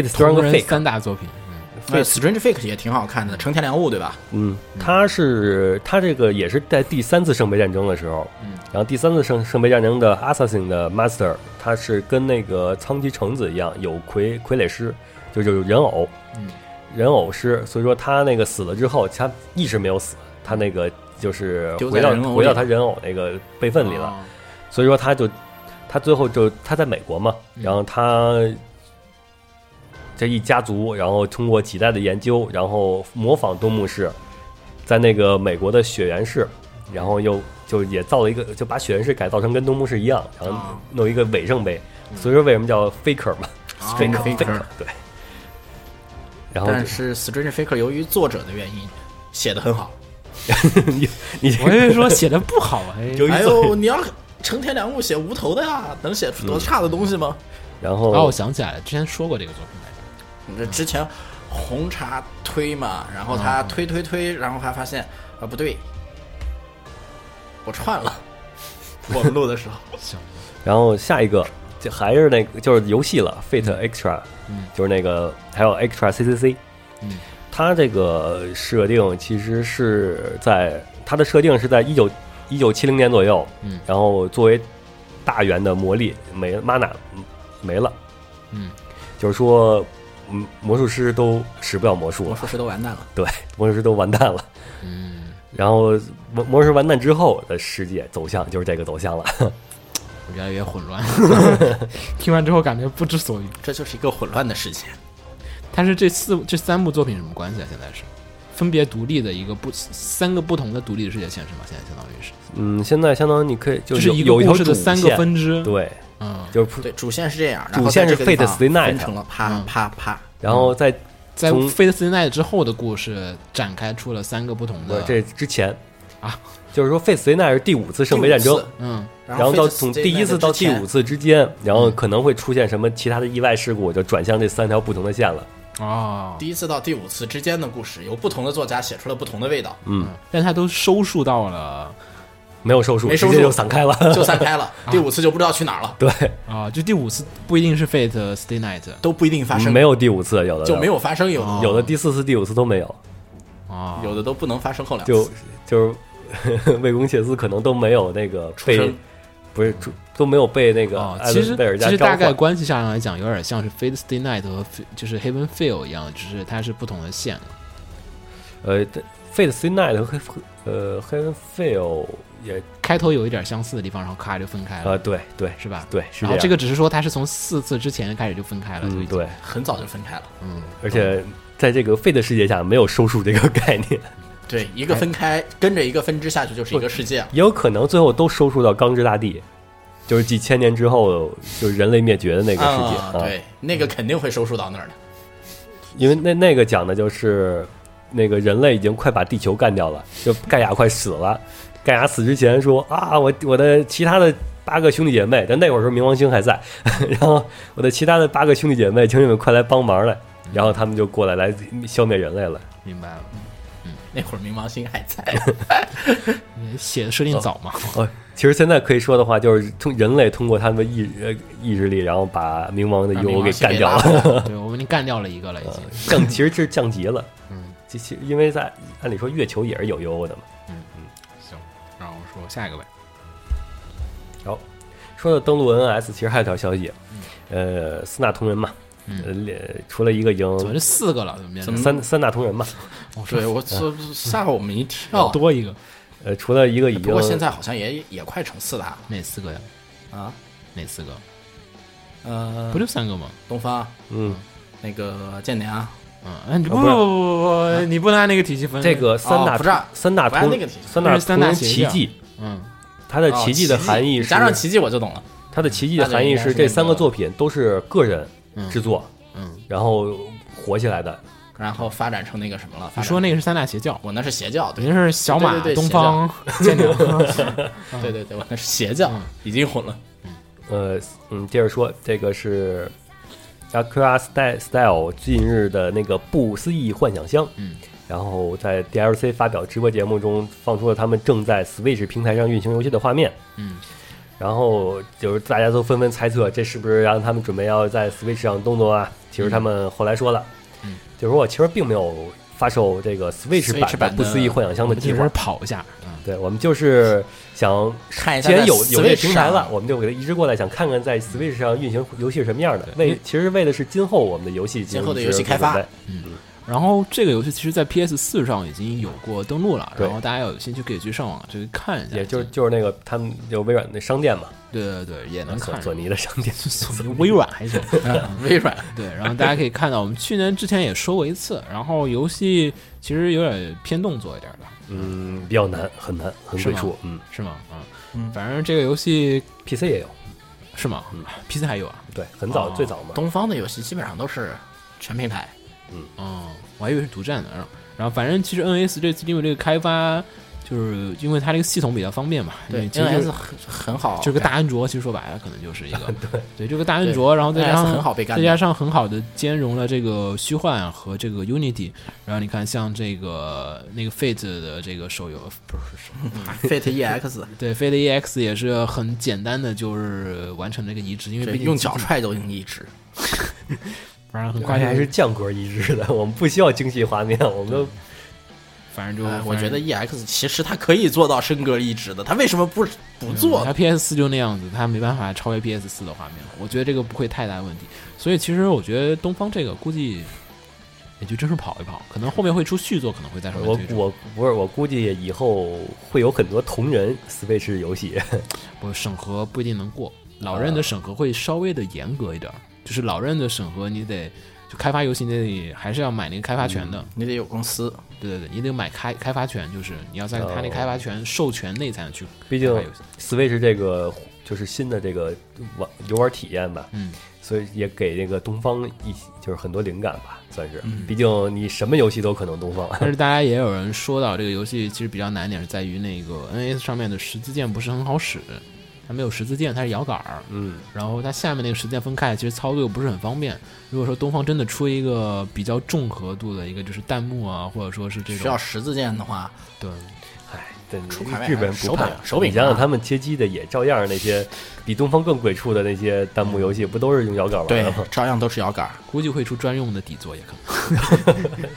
Speaker 1: 嗯同
Speaker 3: Strong
Speaker 1: 人
Speaker 3: Fake，
Speaker 1: 三大作品，嗯
Speaker 2: 对，Strange Fake 也挺好看的，成田良悟对吧？
Speaker 3: 嗯，它是它这个也是在第三次圣杯战争的时候，
Speaker 2: 嗯
Speaker 3: 然后第三次圣圣杯战争的 Assassin 的 Master，他是跟那个苍崎橙子一样有傀傀儡师，就就有人偶，
Speaker 1: 嗯
Speaker 3: 人偶师，所以说他那个死了之后，他一直没有死，他那个就是
Speaker 2: 丢在
Speaker 3: 回到
Speaker 2: 人偶里
Speaker 3: 回到他人偶那个备份里了，
Speaker 1: 哦
Speaker 3: 所以说他就他最后就他在美国嘛，
Speaker 1: 嗯
Speaker 3: 然后他这一家族，然后通过几代的研究，然后模仿东牧市，在那个美国的雪原市，然后又就也造了一个，就把雪原市改造成跟东牧市一样，然后
Speaker 2: 啊
Speaker 3: 弄一个伪圣杯，
Speaker 1: 哦
Speaker 3: 所以说为什么叫 faker 嘛
Speaker 2: 啊
Speaker 1: 嗯
Speaker 3: ，faker
Speaker 2: faker
Speaker 3: 对。然后
Speaker 2: 但是 Strange Fake 由于作者的原因写的很好。
Speaker 3: 你你
Speaker 1: 我以为说写的不好哎，
Speaker 3: 由于
Speaker 2: 哎
Speaker 3: 作
Speaker 2: 呦，你要成田良悟写无头的呀，能写
Speaker 3: 嗯
Speaker 2: 出多差的东西吗？
Speaker 3: 然后
Speaker 1: 哦，我想起来了，之前说过这个作品 来着。
Speaker 2: 这之前红茶推嘛，然后
Speaker 1: 啊
Speaker 2: 他推推推，然后还发现啊不对，我串了。我们录的时候，
Speaker 1: 行，
Speaker 3: 然后下一个就还是那个就是游戏了，Fate Extra，、
Speaker 1: 嗯
Speaker 3: 就是那个还有 Extra CCC，
Speaker 1: 嗯，
Speaker 3: 它这个设定其实是在它的设定是在一九一九七零年左右，
Speaker 1: 嗯
Speaker 3: 然后作为大元的魔力没 mana 嗯没了，
Speaker 1: 嗯，
Speaker 3: 就是说，嗯，魔术师都使不了魔术
Speaker 2: 魔
Speaker 3: 了，
Speaker 2: 术师都完蛋了。
Speaker 3: 对，魔术师都完蛋了。
Speaker 1: 嗯，
Speaker 3: 然后魔魔术师完蛋之后的世界走向就是这个走向了，
Speaker 1: 我越来越混乱。 听完之后感觉不知所云。
Speaker 2: 这就是一个混乱的世界。
Speaker 1: 但是这四这三部作品什么关系啊？现在是分别独立的一个不三个不同的独立的世界线是吗？现在相当于是
Speaker 3: 嗯，现在相当于你可以就
Speaker 1: 就是是
Speaker 3: 有
Speaker 1: 一个
Speaker 3: 有一条
Speaker 1: 故事
Speaker 3: 主
Speaker 1: 的三个
Speaker 3: 线
Speaker 1: 分支。，
Speaker 3: 对，
Speaker 1: 嗯，
Speaker 3: 就是普
Speaker 2: 对，主线是这样，然
Speaker 3: 主
Speaker 2: 后
Speaker 3: 线
Speaker 2: 在
Speaker 3: 是
Speaker 2: 这个地
Speaker 3: Fate
Speaker 2: 方
Speaker 3: Stay Night 啊
Speaker 2: 分成了啪
Speaker 1: 嗯
Speaker 2: 啪啪。
Speaker 3: 然后在
Speaker 1: 在
Speaker 3: 从
Speaker 1: 《Fate Stay Night》之后的故事展开出了三个不同
Speaker 3: 不
Speaker 1: 的
Speaker 3: 是呃这之前
Speaker 1: 啊，
Speaker 3: 就是说费斯雷纳是第五次圣杯战
Speaker 2: 第
Speaker 3: 争
Speaker 2: 五次，
Speaker 1: 嗯
Speaker 3: 然后到
Speaker 2: Fate
Speaker 3: 从
Speaker 2: Stay
Speaker 3: 第一
Speaker 2: Night
Speaker 3: 次到
Speaker 2: 之
Speaker 3: 第
Speaker 2: 前
Speaker 3: 五次之间，然后可能会出现什么其他的意外事故，就转向这三条不同的线了。
Speaker 1: 哦，
Speaker 2: 第一次到第五次之间的故事，由不同的作家写出了不同 的味道，
Speaker 1: 嗯，但它都收束到了
Speaker 3: 没有收束，
Speaker 2: 没收
Speaker 3: 直接
Speaker 2: 束
Speaker 3: 就散开了。
Speaker 2: 就散开了。
Speaker 3: 啊
Speaker 2: 第五次就不知道去哪儿了，
Speaker 3: 对，
Speaker 1: 啊、就第五次不一定是 Fate Stay Night
Speaker 2: 都不一定发生，
Speaker 3: 没有第五次，有的
Speaker 2: 就没，有发生，有的
Speaker 3: 有的第四次、第五次都没有，
Speaker 1: 啊、
Speaker 2: 有的都不能发生后两次。
Speaker 3: 就就是 魏公切斯可能都没有那个被
Speaker 2: 生，
Speaker 3: 不是出都没有被那个
Speaker 1: 哦，
Speaker 3: 艾
Speaker 1: 其实
Speaker 3: 伦贝尔
Speaker 1: 其
Speaker 3: 加
Speaker 1: 实
Speaker 3: 召
Speaker 1: 大概
Speaker 3: 唤。
Speaker 1: 关系上来讲，有点像是 Fate Stay Night 和 F- 就是 Heaven Feel 一样，只是它是不同的线。
Speaker 3: 呃，Fate C Night 和黑呃 Heaven Fail 也
Speaker 1: 开头有一点相似的地方，然后咔就分开了，
Speaker 3: 啊，对对
Speaker 1: 是吧？。
Speaker 3: 对，是
Speaker 1: 然后
Speaker 3: 样
Speaker 1: 这个只是说它是从四次之前开始就分开了，就已
Speaker 3: 嗯
Speaker 1: 经
Speaker 3: 对，
Speaker 2: 很早就分开了，
Speaker 1: 嗯，
Speaker 3: 而且在这个废的世界下，没有收束这个概念，
Speaker 2: 对，一个分开跟着一个分支下去就是一个世界，
Speaker 3: 也有可能最后都收束到钢之大地，就是几千年之后就是人类灭绝的那个世界
Speaker 2: 啊，对，那个肯定会收束到那儿的。
Speaker 3: 因为那那个讲的就是那个人类已经快把地球干掉了，就盖亚快死了，盖亚死之前说啊，我我的其他的。八个兄弟姐妹，但那会儿时候冥王星还在，然后我的其他的八个兄弟姐妹，请你们快来帮忙来，然后他们就过来来消灭人类了。
Speaker 1: 明白了。
Speaker 2: 那会儿冥王星还在，
Speaker 3: 哎
Speaker 1: 你嗯写的设定早 嘛？
Speaker 3: 哦，其实现在可以说的话，就是通人类通过他们的意呃意志力，然后把冥王的
Speaker 2: 把
Speaker 3: 幽
Speaker 2: 冥
Speaker 3: 欧
Speaker 2: 王
Speaker 3: 给
Speaker 2: 星
Speaker 3: 干
Speaker 2: 给
Speaker 3: 掉
Speaker 2: 拉
Speaker 3: 了，
Speaker 2: 回来了。
Speaker 1: 对，我们已经干掉了一个了，已经。
Speaker 3: 降其实是降级了。
Speaker 1: 嗯，
Speaker 3: 其实因为在按理说月球也是有幽欧的嘛。
Speaker 1: 行，然后说下一个呗。
Speaker 3: 好，说到登陆 NS，其实还有一条消息，
Speaker 2: 嗯
Speaker 3: 呃，四大同人嘛，呃，除了一个已
Speaker 1: 怎么
Speaker 3: 经
Speaker 1: 这四个了？怎么变成
Speaker 3: 三三大同人嘛，
Speaker 1: 我说
Speaker 2: 对我这
Speaker 3: 嗯
Speaker 2: 吓我们一跳
Speaker 1: 要。多一个？
Speaker 3: 呃，除了哎一个已经
Speaker 2: 哦不过现在好像也也快成四大
Speaker 1: 哪四个呀？
Speaker 2: 了啊，
Speaker 1: 哪四个？
Speaker 2: 呃
Speaker 1: 不，就三个吗？
Speaker 2: 东方啊
Speaker 3: 嗯，
Speaker 2: 那个啊剑娘，
Speaker 1: 嗯，哎，你不不不不不，你不能按那个体系分。
Speaker 3: 这个三大
Speaker 2: 哦不是啊
Speaker 3: 三大
Speaker 2: 不按
Speaker 3: 同
Speaker 2: 那个体系
Speaker 3: 三大
Speaker 1: 那是三
Speaker 3: 同
Speaker 1: 大
Speaker 3: 人
Speaker 1: 邪
Speaker 3: 奇
Speaker 1: 教
Speaker 3: 迹，
Speaker 1: 嗯，
Speaker 3: 它的
Speaker 2: 哦
Speaker 3: 奇迹的含义是
Speaker 2: 加上奇迹我就懂了。
Speaker 3: 它的奇迹的含义是这三个作品都是个人制作，
Speaker 1: 嗯嗯
Speaker 3: 然后火起来的。
Speaker 2: 然后发展成那个什么了。
Speaker 1: 你说
Speaker 2: 那
Speaker 1: 那个是三大邪教，
Speaker 2: 我那是邪教，
Speaker 1: 肯
Speaker 2: 对
Speaker 1: 定是小马、
Speaker 2: 对对对
Speaker 1: 东方、 建良。嗯
Speaker 2: 对对对，我那是邪教，已经混了。
Speaker 3: 呃，嗯，接着说，这个是 Acura Style Style 近日的那个不思议幻想箱，
Speaker 1: 嗯，
Speaker 3: 然后在 DLC 发表直播节目中放出了他们正在 Switch 平台上运行游戏的画面，
Speaker 1: 嗯，
Speaker 3: 然后就是大家都纷纷猜测这是不是让他们准备要在 Switch 上动作啊？其实他们后来说了，
Speaker 1: 嗯，
Speaker 3: 就是我其实并没有发售这个 Switch 版
Speaker 2: Switch 版
Speaker 3: 不思议幻想箱的计
Speaker 1: 只是
Speaker 3: 划，
Speaker 1: 跑一下，嗯
Speaker 3: 对我们就是 想
Speaker 2: 看一下
Speaker 3: 既然有有这
Speaker 2: 这
Speaker 3: 个平台了，，我们就给它移植过来，想看看在 Switch 上运行游戏是什么样的。为其实为的是今后我们的游戏进行
Speaker 2: 嗯今后的
Speaker 3: 一些
Speaker 2: 游戏开发
Speaker 3: 准备
Speaker 1: 然后这个游戏其实，在 PS 四上已经有过登录了，
Speaker 3: 对
Speaker 1: 然后大家有兴趣可以去上网去看一下。
Speaker 3: 也就是就是那个他们有微软的商店嘛，
Speaker 1: 对对对，也
Speaker 2: 嗯
Speaker 1: 能
Speaker 3: 索
Speaker 1: 看。
Speaker 3: 索尼的商店。
Speaker 1: 索尼微软还行，
Speaker 2: 微软
Speaker 1: 嗯对，然后大家可以看到，我们去年之前也说过一次，然后游戏其实有点偏动作一点的，
Speaker 3: 嗯，比较难，很难，很
Speaker 1: 是
Speaker 3: 鬼
Speaker 1: 吗
Speaker 3: 畜。嗯
Speaker 1: 是吗？嗯，反正这个游戏
Speaker 3: ，PC 也有，
Speaker 1: 是吗？PC 还有啊？
Speaker 3: 对，很早
Speaker 1: 哦
Speaker 3: 最早嘛。
Speaker 2: 东方的游戏基本上都是全平台，
Speaker 1: 哦，我还以为是独占的。然后反正其实 NS 这次因为这个开发，就是因为它这个系统比较方便嘛，因
Speaker 2: 对
Speaker 1: 为其实
Speaker 2: ，NS 很很好，
Speaker 1: 这个大安卓，其实说白了，可能就是一 个对这个大安卓，然后再加
Speaker 2: NS
Speaker 1: 上
Speaker 2: 很好被干
Speaker 1: 再
Speaker 2: 掉
Speaker 1: 加上很好的兼容了这个虚幻和这个 Unity，然后你看像这个那个 Fate 的这个手游不是手游
Speaker 2: Fate E EX，
Speaker 1: 对 Fate EX 也是很简单的，就是完成这个移植，因为
Speaker 2: 这
Speaker 1: 毕竟
Speaker 2: 用
Speaker 1: 自己
Speaker 2: 脚，踹都能移植。
Speaker 1: 反正很
Speaker 3: 而
Speaker 1: 快
Speaker 3: 且
Speaker 1: 就
Speaker 3: 还是降格移植的，我们不需要精细画面，我们都
Speaker 1: 反正就
Speaker 2: 呃
Speaker 1: 反
Speaker 2: 我觉
Speaker 1: 正
Speaker 2: 得 EX 其实它可以做到升格移植的，它为什么不不做
Speaker 1: 它 PS 四就那样子，它没办法超越 PS 四的画面，我觉得这个不会太大问题。所以其实我觉得东方这个估计也就真是跑一跑，可能后面会出续作，可能会
Speaker 2: 嗯
Speaker 1: 在上面
Speaker 3: 我
Speaker 1: 推出。
Speaker 3: 我不是我估计以后会有很多同人 Switch 游戏，
Speaker 1: 不审核不一定能
Speaker 3: 啊
Speaker 1: 过，老任的审核会稍微的严格一点儿，就是老任的审核你得就开发游戏你得还是要买那个开发权
Speaker 3: 嗯
Speaker 1: 的，
Speaker 2: 你得有公司，
Speaker 1: 对对对，你得买开开发权，就是你要在他那
Speaker 3: 哦
Speaker 1: 开发权授权内才能去
Speaker 3: 毕
Speaker 1: 开
Speaker 3: 竟
Speaker 1: 发游戏。
Speaker 3: Switch 这个就是新的这个玩游玩体验吧，
Speaker 1: 嗯，
Speaker 3: 所以也给那个东方一就是很多灵感吧，算是。
Speaker 2: 嗯
Speaker 3: 毕竟你什么游戏都可能东方，
Speaker 1: 但是大家也有人说到这个游戏其实比较难点是在于那个 NS 上面的十字键不是很好使，它没有十字键，它是摇杆儿，
Speaker 3: 嗯，
Speaker 1: 然后它下面那个实践分开，其实操作又不是很方便。如果说东方真的出一个比较重合度的一个，就是弹幕啊，或者说是这
Speaker 2: 需要
Speaker 1: 种
Speaker 2: 十字键的话，
Speaker 1: 对，
Speaker 3: 唉，哎真
Speaker 2: 出牌
Speaker 3: 日本
Speaker 2: 手
Speaker 3: 不怕
Speaker 2: 柄，啊手柄
Speaker 3: 你想想
Speaker 2: 大
Speaker 3: 他们街机的也照样那些比东方更鬼畜的那些弹幕游戏，不都是用摇杆玩的
Speaker 2: 对
Speaker 3: 吗？，
Speaker 2: 照样都是摇杆儿。
Speaker 1: 估计会出专用的底座也可能。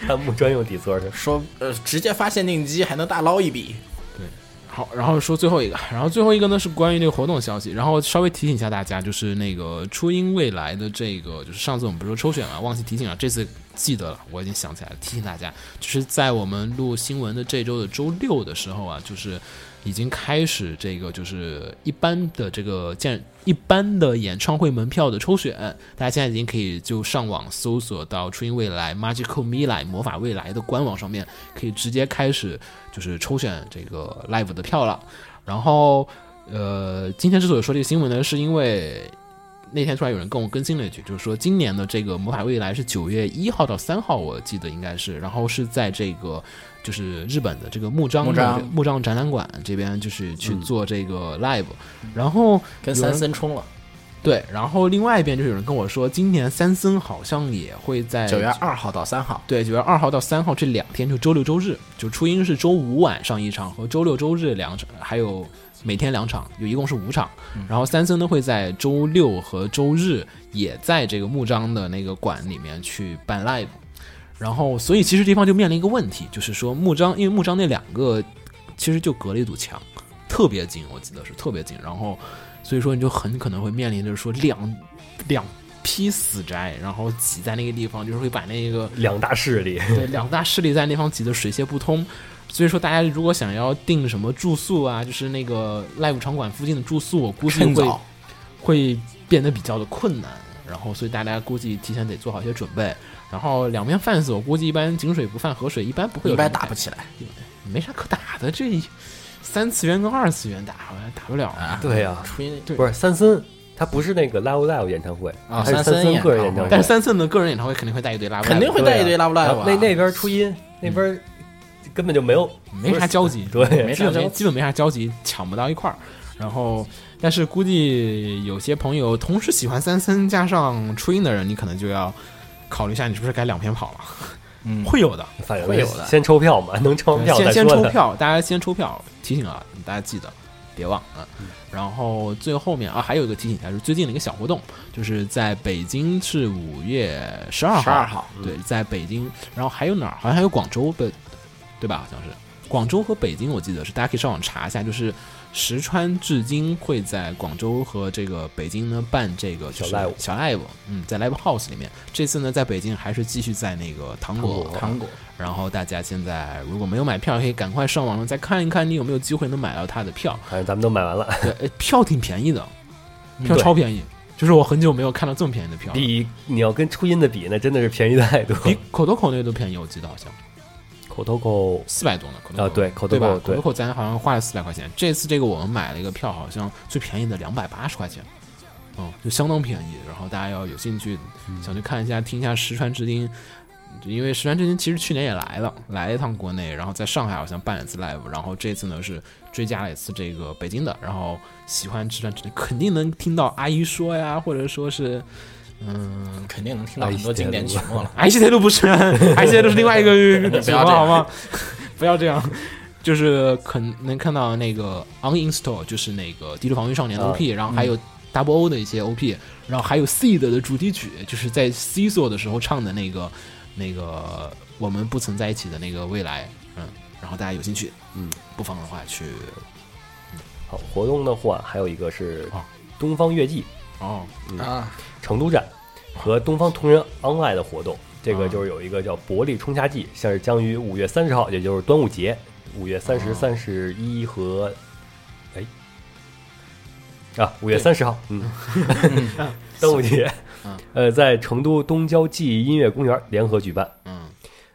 Speaker 3: 弹幕专用底座是。
Speaker 2: 说呃，直接发限定机还能大捞一笔，
Speaker 1: 好，然后说最后一个，然后最后一个呢是关于这个活动消息，然后稍微提醒一下大家，就是那个初音未来的这个，就是上次我们不是说抽选嘛，忘记提醒了，这次记得了，我已经想起来了，提醒大家，就是在我们录新闻的这周的周六的时候啊，就是已经开始这个就是一般的这个见一般的演唱会门票的抽选，大家现在已经可以就上网搜索到初音未来 Magical Mirai 魔法未来的官网上面，可以直接开始就是抽选这个 live 的票了。然后呃，今天之所以说这个新闻呢，是因为。那天突然有人跟我更新了一句，就是说今年的这个魔法未来是九月一号到三号，我记得应该是，然后是在这个就是日本的这个木张
Speaker 2: 木张
Speaker 1: 的木张展览馆这边就是去做这个 live，、然后
Speaker 2: 跟
Speaker 1: 有人
Speaker 2: 三森冲了。
Speaker 1: 对，然后另外一边就是有人跟我说，今年三森好像也会在
Speaker 2: 九月二号到三号，
Speaker 1: 对，九月二号到三号这两天，就周六周日，就初音是周五晚上一场和周六周日两场，还有每天两场，就一共是五场。然后三森呢会在周六和周日也在这个木章的那个馆里面去办 live。然后，所以其实地方就面临一个问题，就是说木章，因为木章那两个其实就隔了一堵墙，特别近，我记得是特别近。然后，所以说你就很可能会面临着说两两批死宅，然后挤在那个地方，就是会把那个
Speaker 3: 两大势 力，
Speaker 1: 对，两大势力在那方挤得水泄不通。所以说，大家如果想要订什么住宿啊，就是那个 live 场馆附近的住宿，我估计
Speaker 2: 趁
Speaker 1: 会
Speaker 2: 早
Speaker 1: 会变得比较的困难。然后，所以大家估计提前得做好一些准备。然后，两边 fans 我估计一般井水不犯河水，一般不会有
Speaker 2: 应该
Speaker 1: 什么
Speaker 2: 打不起来。
Speaker 1: 没啥可打的。这三次元跟二次元打好像打不了啊。
Speaker 3: 对呀、
Speaker 2: 初音
Speaker 3: 不是三森，他不是那个 Live Live 演唱会，
Speaker 2: 啊
Speaker 3: 他是
Speaker 2: 三森
Speaker 3: 森个人
Speaker 2: 演唱
Speaker 3: 唱
Speaker 2: 会
Speaker 1: 但是三寸的个人演唱会肯定会带一堆拉布拉
Speaker 2: 肯
Speaker 1: 多，
Speaker 2: 定会带一堆 Love
Speaker 3: 然
Speaker 2: Live
Speaker 3: 后
Speaker 2: 啊。
Speaker 3: 那那边初音，那边根本就没有，
Speaker 1: 没啥交集，
Speaker 3: 对没
Speaker 1: 基
Speaker 2: 啥
Speaker 1: 本
Speaker 2: 交集
Speaker 1: 基本没啥交集，抢不到一块儿。然后，但是估计有些朋友同时喜欢三森加上初音的人，你可能就要考虑一下，你是不是该两边跑了？
Speaker 2: 嗯
Speaker 1: 会有的，
Speaker 3: 反正
Speaker 2: 会有的
Speaker 3: 先抽票嘛，能抽票
Speaker 1: 先
Speaker 3: 再
Speaker 1: 先
Speaker 3: 说
Speaker 1: 抽
Speaker 3: 呢。
Speaker 1: 票，大家先抽票，提醒啊，大家记得别忘啊。然后最后面啊，还有一个提醒一下，就是最近的一个小活动，就是在北京是五月十二号，
Speaker 2: 12号
Speaker 3: 嗯
Speaker 1: 对，在北京，然后还有哪儿？好像还有广州的，对吧？好像是广州和北京，我记得是，大家可以上网查一下，就是。石川至今会在广州和这个北京呢办这个就是
Speaker 3: 小 live
Speaker 1: 小 live，嗯，在 live house 里面。这次呢，在北京还是继续在那个糖果
Speaker 2: 糖果
Speaker 1: 然后大家现在如果没有买票，可以赶快上网上再看一看，你有没有机会能买到他的 票。
Speaker 3: 反正哎咱们都买完了，
Speaker 1: 对，呃票挺便宜的，票
Speaker 3: 对
Speaker 1: 超便宜，就是我很久没有看到这么便宜的票了，比
Speaker 3: 比你要跟初音的比，那真的是便宜太多。
Speaker 1: 口头口那都便宜，我记得好像
Speaker 3: 口头口
Speaker 1: 四百多呢。口头口
Speaker 3: 啊，对，口头
Speaker 1: 吧？
Speaker 3: 口
Speaker 1: 口
Speaker 3: 对
Speaker 1: 头，口咱好像花了四百块钱，这次这个我们买了一个票，好像最便宜的两百八十块钱，嗯，就相当便宜。然后大家要有兴趣
Speaker 3: 嗯
Speaker 1: 想去看一下、听一下石川至今，因为石川至今其实去年也来了，来了一趟国内，然后在上海好像办了一次 live，然后这次呢是追加了一次这个北京的。然后喜欢石川至今，肯定能听到阿姨说呀，或者说是。嗯，
Speaker 2: 肯定能听到很多经典曲目了。
Speaker 1: 爱奇路不 是，爱奇路是另外一 个
Speaker 2: 不要
Speaker 1: 组合
Speaker 2: 这样
Speaker 1: 好吗？不要这样，就是可能看到那个 uninstall，就是那个《地球防御少年》的
Speaker 3: 啊
Speaker 1: OP，、然后还有 Double O 的一些 OP，然后还有 Seed 的主题曲，就是在 C 座的时候唱的那个那个我们不曾在一起的那个未来，嗯，然后大家有兴趣，
Speaker 3: 嗯，
Speaker 1: 不妨的话去
Speaker 3: 好，活动的话还有一个是
Speaker 1: 啊
Speaker 3: 东方乐季
Speaker 1: 哦，
Speaker 2: 啊，
Speaker 3: 成都站和东方同人 online 的活动，这
Speaker 1: 啊
Speaker 3: 个就是有一个叫伯利冲夏季，像是将于五月三十号，也就是端午节，五月三
Speaker 1: 啊
Speaker 3: 十、三十一和哎啊五月三十号， 嗯，端午节
Speaker 1: 嗯，
Speaker 3: 呃，在成都东郊记忆音乐公园联合举办。
Speaker 1: 嗯，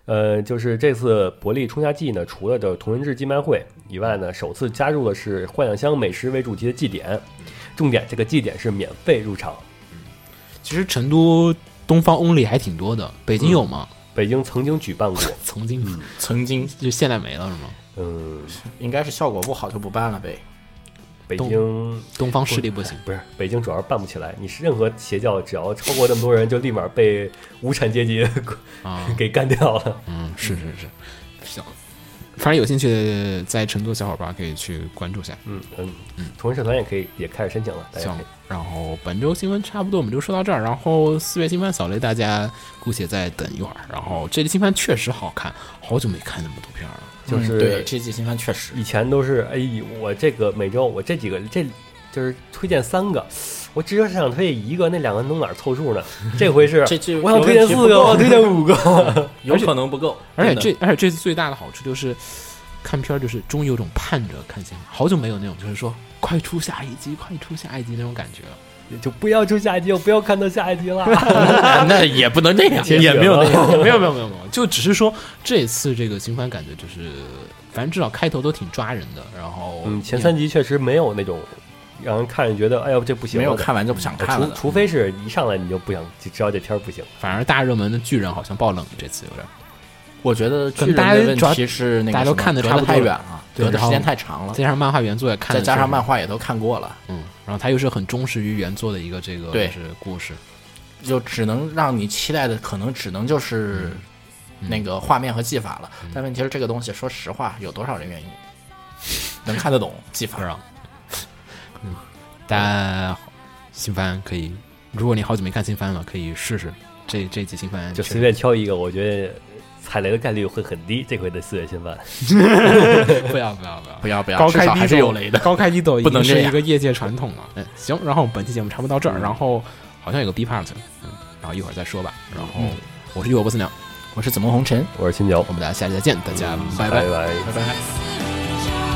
Speaker 3: 呃，就是这次伯利冲夏季呢，除了这同人志寄卖会以外呢，首次加入的是幻想乡美食为主题的祭典，重点这个祭典是免费入场。
Speaker 1: 其实成都东方 Only 还挺多的，北京有吗？
Speaker 3: 北京曾经举办 过，
Speaker 1: 曾经
Speaker 2: 曾经
Speaker 1: 就现在没了是吗？
Speaker 3: 嗯，
Speaker 2: 应该是效果不好就不办了呗。
Speaker 3: 北京
Speaker 1: 东方势力不行。
Speaker 3: 不是北京，主要是办不起来。你是任何邪教，只要超过这么多人，就立马被无产阶级
Speaker 1: 啊，
Speaker 3: 给干掉了。
Speaker 1: 嗯，是是是，行，反正有兴趣的在成都的小伙伴可以去关注一下。
Speaker 3: 嗯嗯，同人社团也可以，也开始申请了，大家
Speaker 1: 行
Speaker 3: 可以。，
Speaker 1: 然后本周新闻差不多我们就说到这儿，然后四月新番扫雷大家姑且再等一会儿。然后这期新番确实好看，好久没看那么多片儿了。
Speaker 3: 就
Speaker 2: 嗯对
Speaker 3: 是
Speaker 2: 这季新番确 实
Speaker 3: 以前都是，哎，我这个每周我这几个这就是推荐三个，我只有想推荐一个，那两个能哪儿凑 数呢？这回是
Speaker 2: 这就
Speaker 3: 我想推荐四个，我想推荐五个，
Speaker 2: 有可能不够，
Speaker 1: 而且
Speaker 2: 真
Speaker 1: 这而且这次最大的好处就是，看片儿就是终于有种盼着看新番，好久没有那种就是说快出下一集，快出下一集那种感觉了。
Speaker 3: 就不要出下一集，我不要看到下一集 了。
Speaker 2: 的那也不能这样，
Speaker 3: 也没有那样
Speaker 1: 没有没有没有没有，哦就只是说这次这个新番感觉就是，反正至少开头都挺抓人的，然后
Speaker 3: 嗯，前三集确实没有那种让人看着觉得，哎呦这不行
Speaker 2: 没
Speaker 3: 了的，
Speaker 2: 有看完就不想看了
Speaker 3: 除
Speaker 2: 的。
Speaker 3: 除非是一上来你就不想，就知道这片儿不行。
Speaker 1: 反而大热门的巨人好像爆冷，这次有点。
Speaker 2: 我觉得
Speaker 1: 可
Speaker 2: 巨
Speaker 1: 能
Speaker 2: 人
Speaker 1: 大家
Speaker 2: 的问
Speaker 1: 主要
Speaker 2: 题是那个
Speaker 1: 大家都
Speaker 2: 什么
Speaker 1: 看得
Speaker 2: 隔
Speaker 1: 差
Speaker 2: 得
Speaker 1: 不多
Speaker 2: 太
Speaker 1: 了
Speaker 2: 远了，
Speaker 1: 对
Speaker 2: 隔的时
Speaker 1: 然
Speaker 2: 间
Speaker 1: 后
Speaker 2: 太长了
Speaker 1: 再，加上漫画原作也看，
Speaker 2: 再加上漫，画也都看过了，
Speaker 1: 嗯，然后他又是很忠实于原作的一个这个
Speaker 2: 对
Speaker 1: 就是故事，
Speaker 2: 就只能让你期待的可能只能就是那个画面和技法了。但问题是这个东西，说实话，有多少人愿意能看得懂技
Speaker 1: 是
Speaker 2: 法？
Speaker 1: 吧？ 嗯，但新番可以，如果你好久没看新番了，可以试试这这季新番
Speaker 3: 就
Speaker 1: 确实
Speaker 3: 随便挑一个，我觉得踩雷的概率会很低。这回的四月新番，
Speaker 1: 不要不要 不要
Speaker 2: 不要不要，
Speaker 1: 高
Speaker 2: 至
Speaker 1: 开低
Speaker 2: 少
Speaker 1: 走
Speaker 2: 还是有雷的。
Speaker 1: 高开低走已
Speaker 2: 不能
Speaker 1: 经
Speaker 2: 这
Speaker 1: 是一
Speaker 2: 样嗯
Speaker 1: 个业界传统了。嗯，行，然后本期节目差不多到这儿，然后好像有个 B part，嗯，然后一会儿再说吧。然后
Speaker 2: 嗯
Speaker 1: 我是浴火不死鸟，
Speaker 2: 我是紫梦红尘。
Speaker 3: 我是青鸟
Speaker 1: 我，们大家下期再见，大家
Speaker 2: 嗯
Speaker 1: 拜
Speaker 3: 拜
Speaker 1: 拜。
Speaker 3: 拜。
Speaker 2: 拜拜。
Speaker 4: 「すり上がってすぐに触れた」「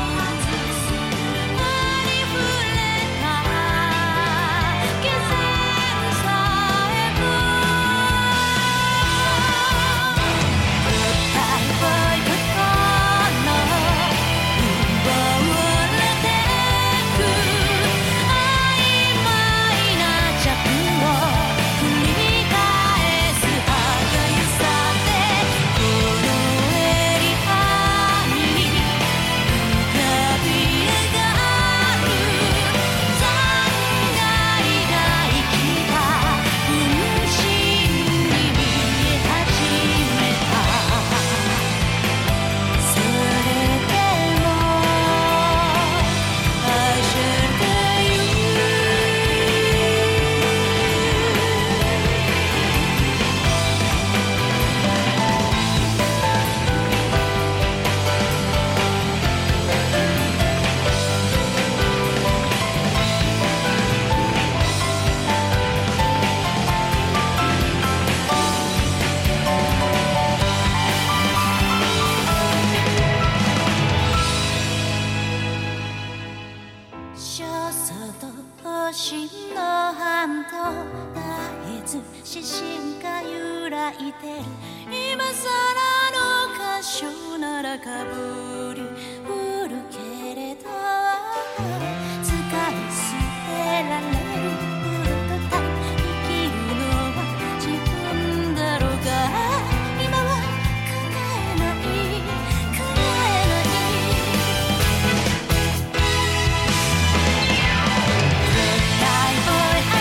Speaker 4: 気仙さえも」「歌い声との奪われてく」「曖昧なししか揺らいでる今さらの歌唱ならかぶりうるけれど使い捨てられるプロトタイプ生きるのは自分だろうが今は考えない考えない「大ボーイ明日の理想を受け」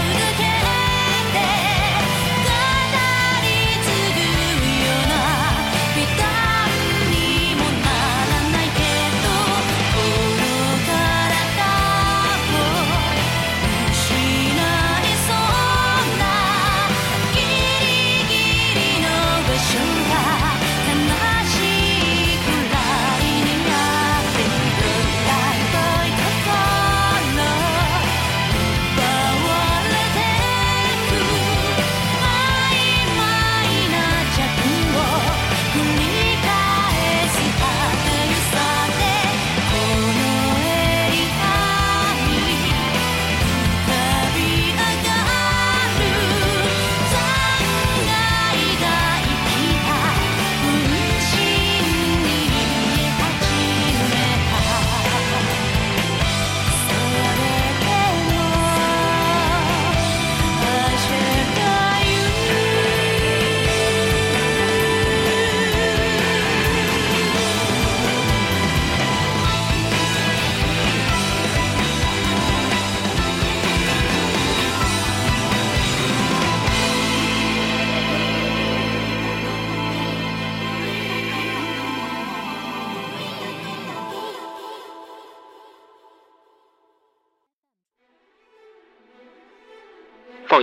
Speaker 4: 「て語り継ぐようなビタにもならないけど」「心からを」「失いそうなギリギリの場所が悲しいくらいになってる」「大声と心奪われてく」「曖昧な弱を繰り返す明るさでこのエリアに」「浮かび上がる」「残骸が生きた」「分身に立ちめた」「それでもあしゃが
Speaker 5: 放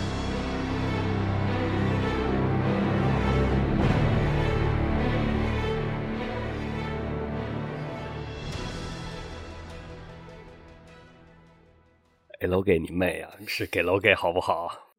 Speaker 3: 给楼给你妹啊！是给楼给好不好？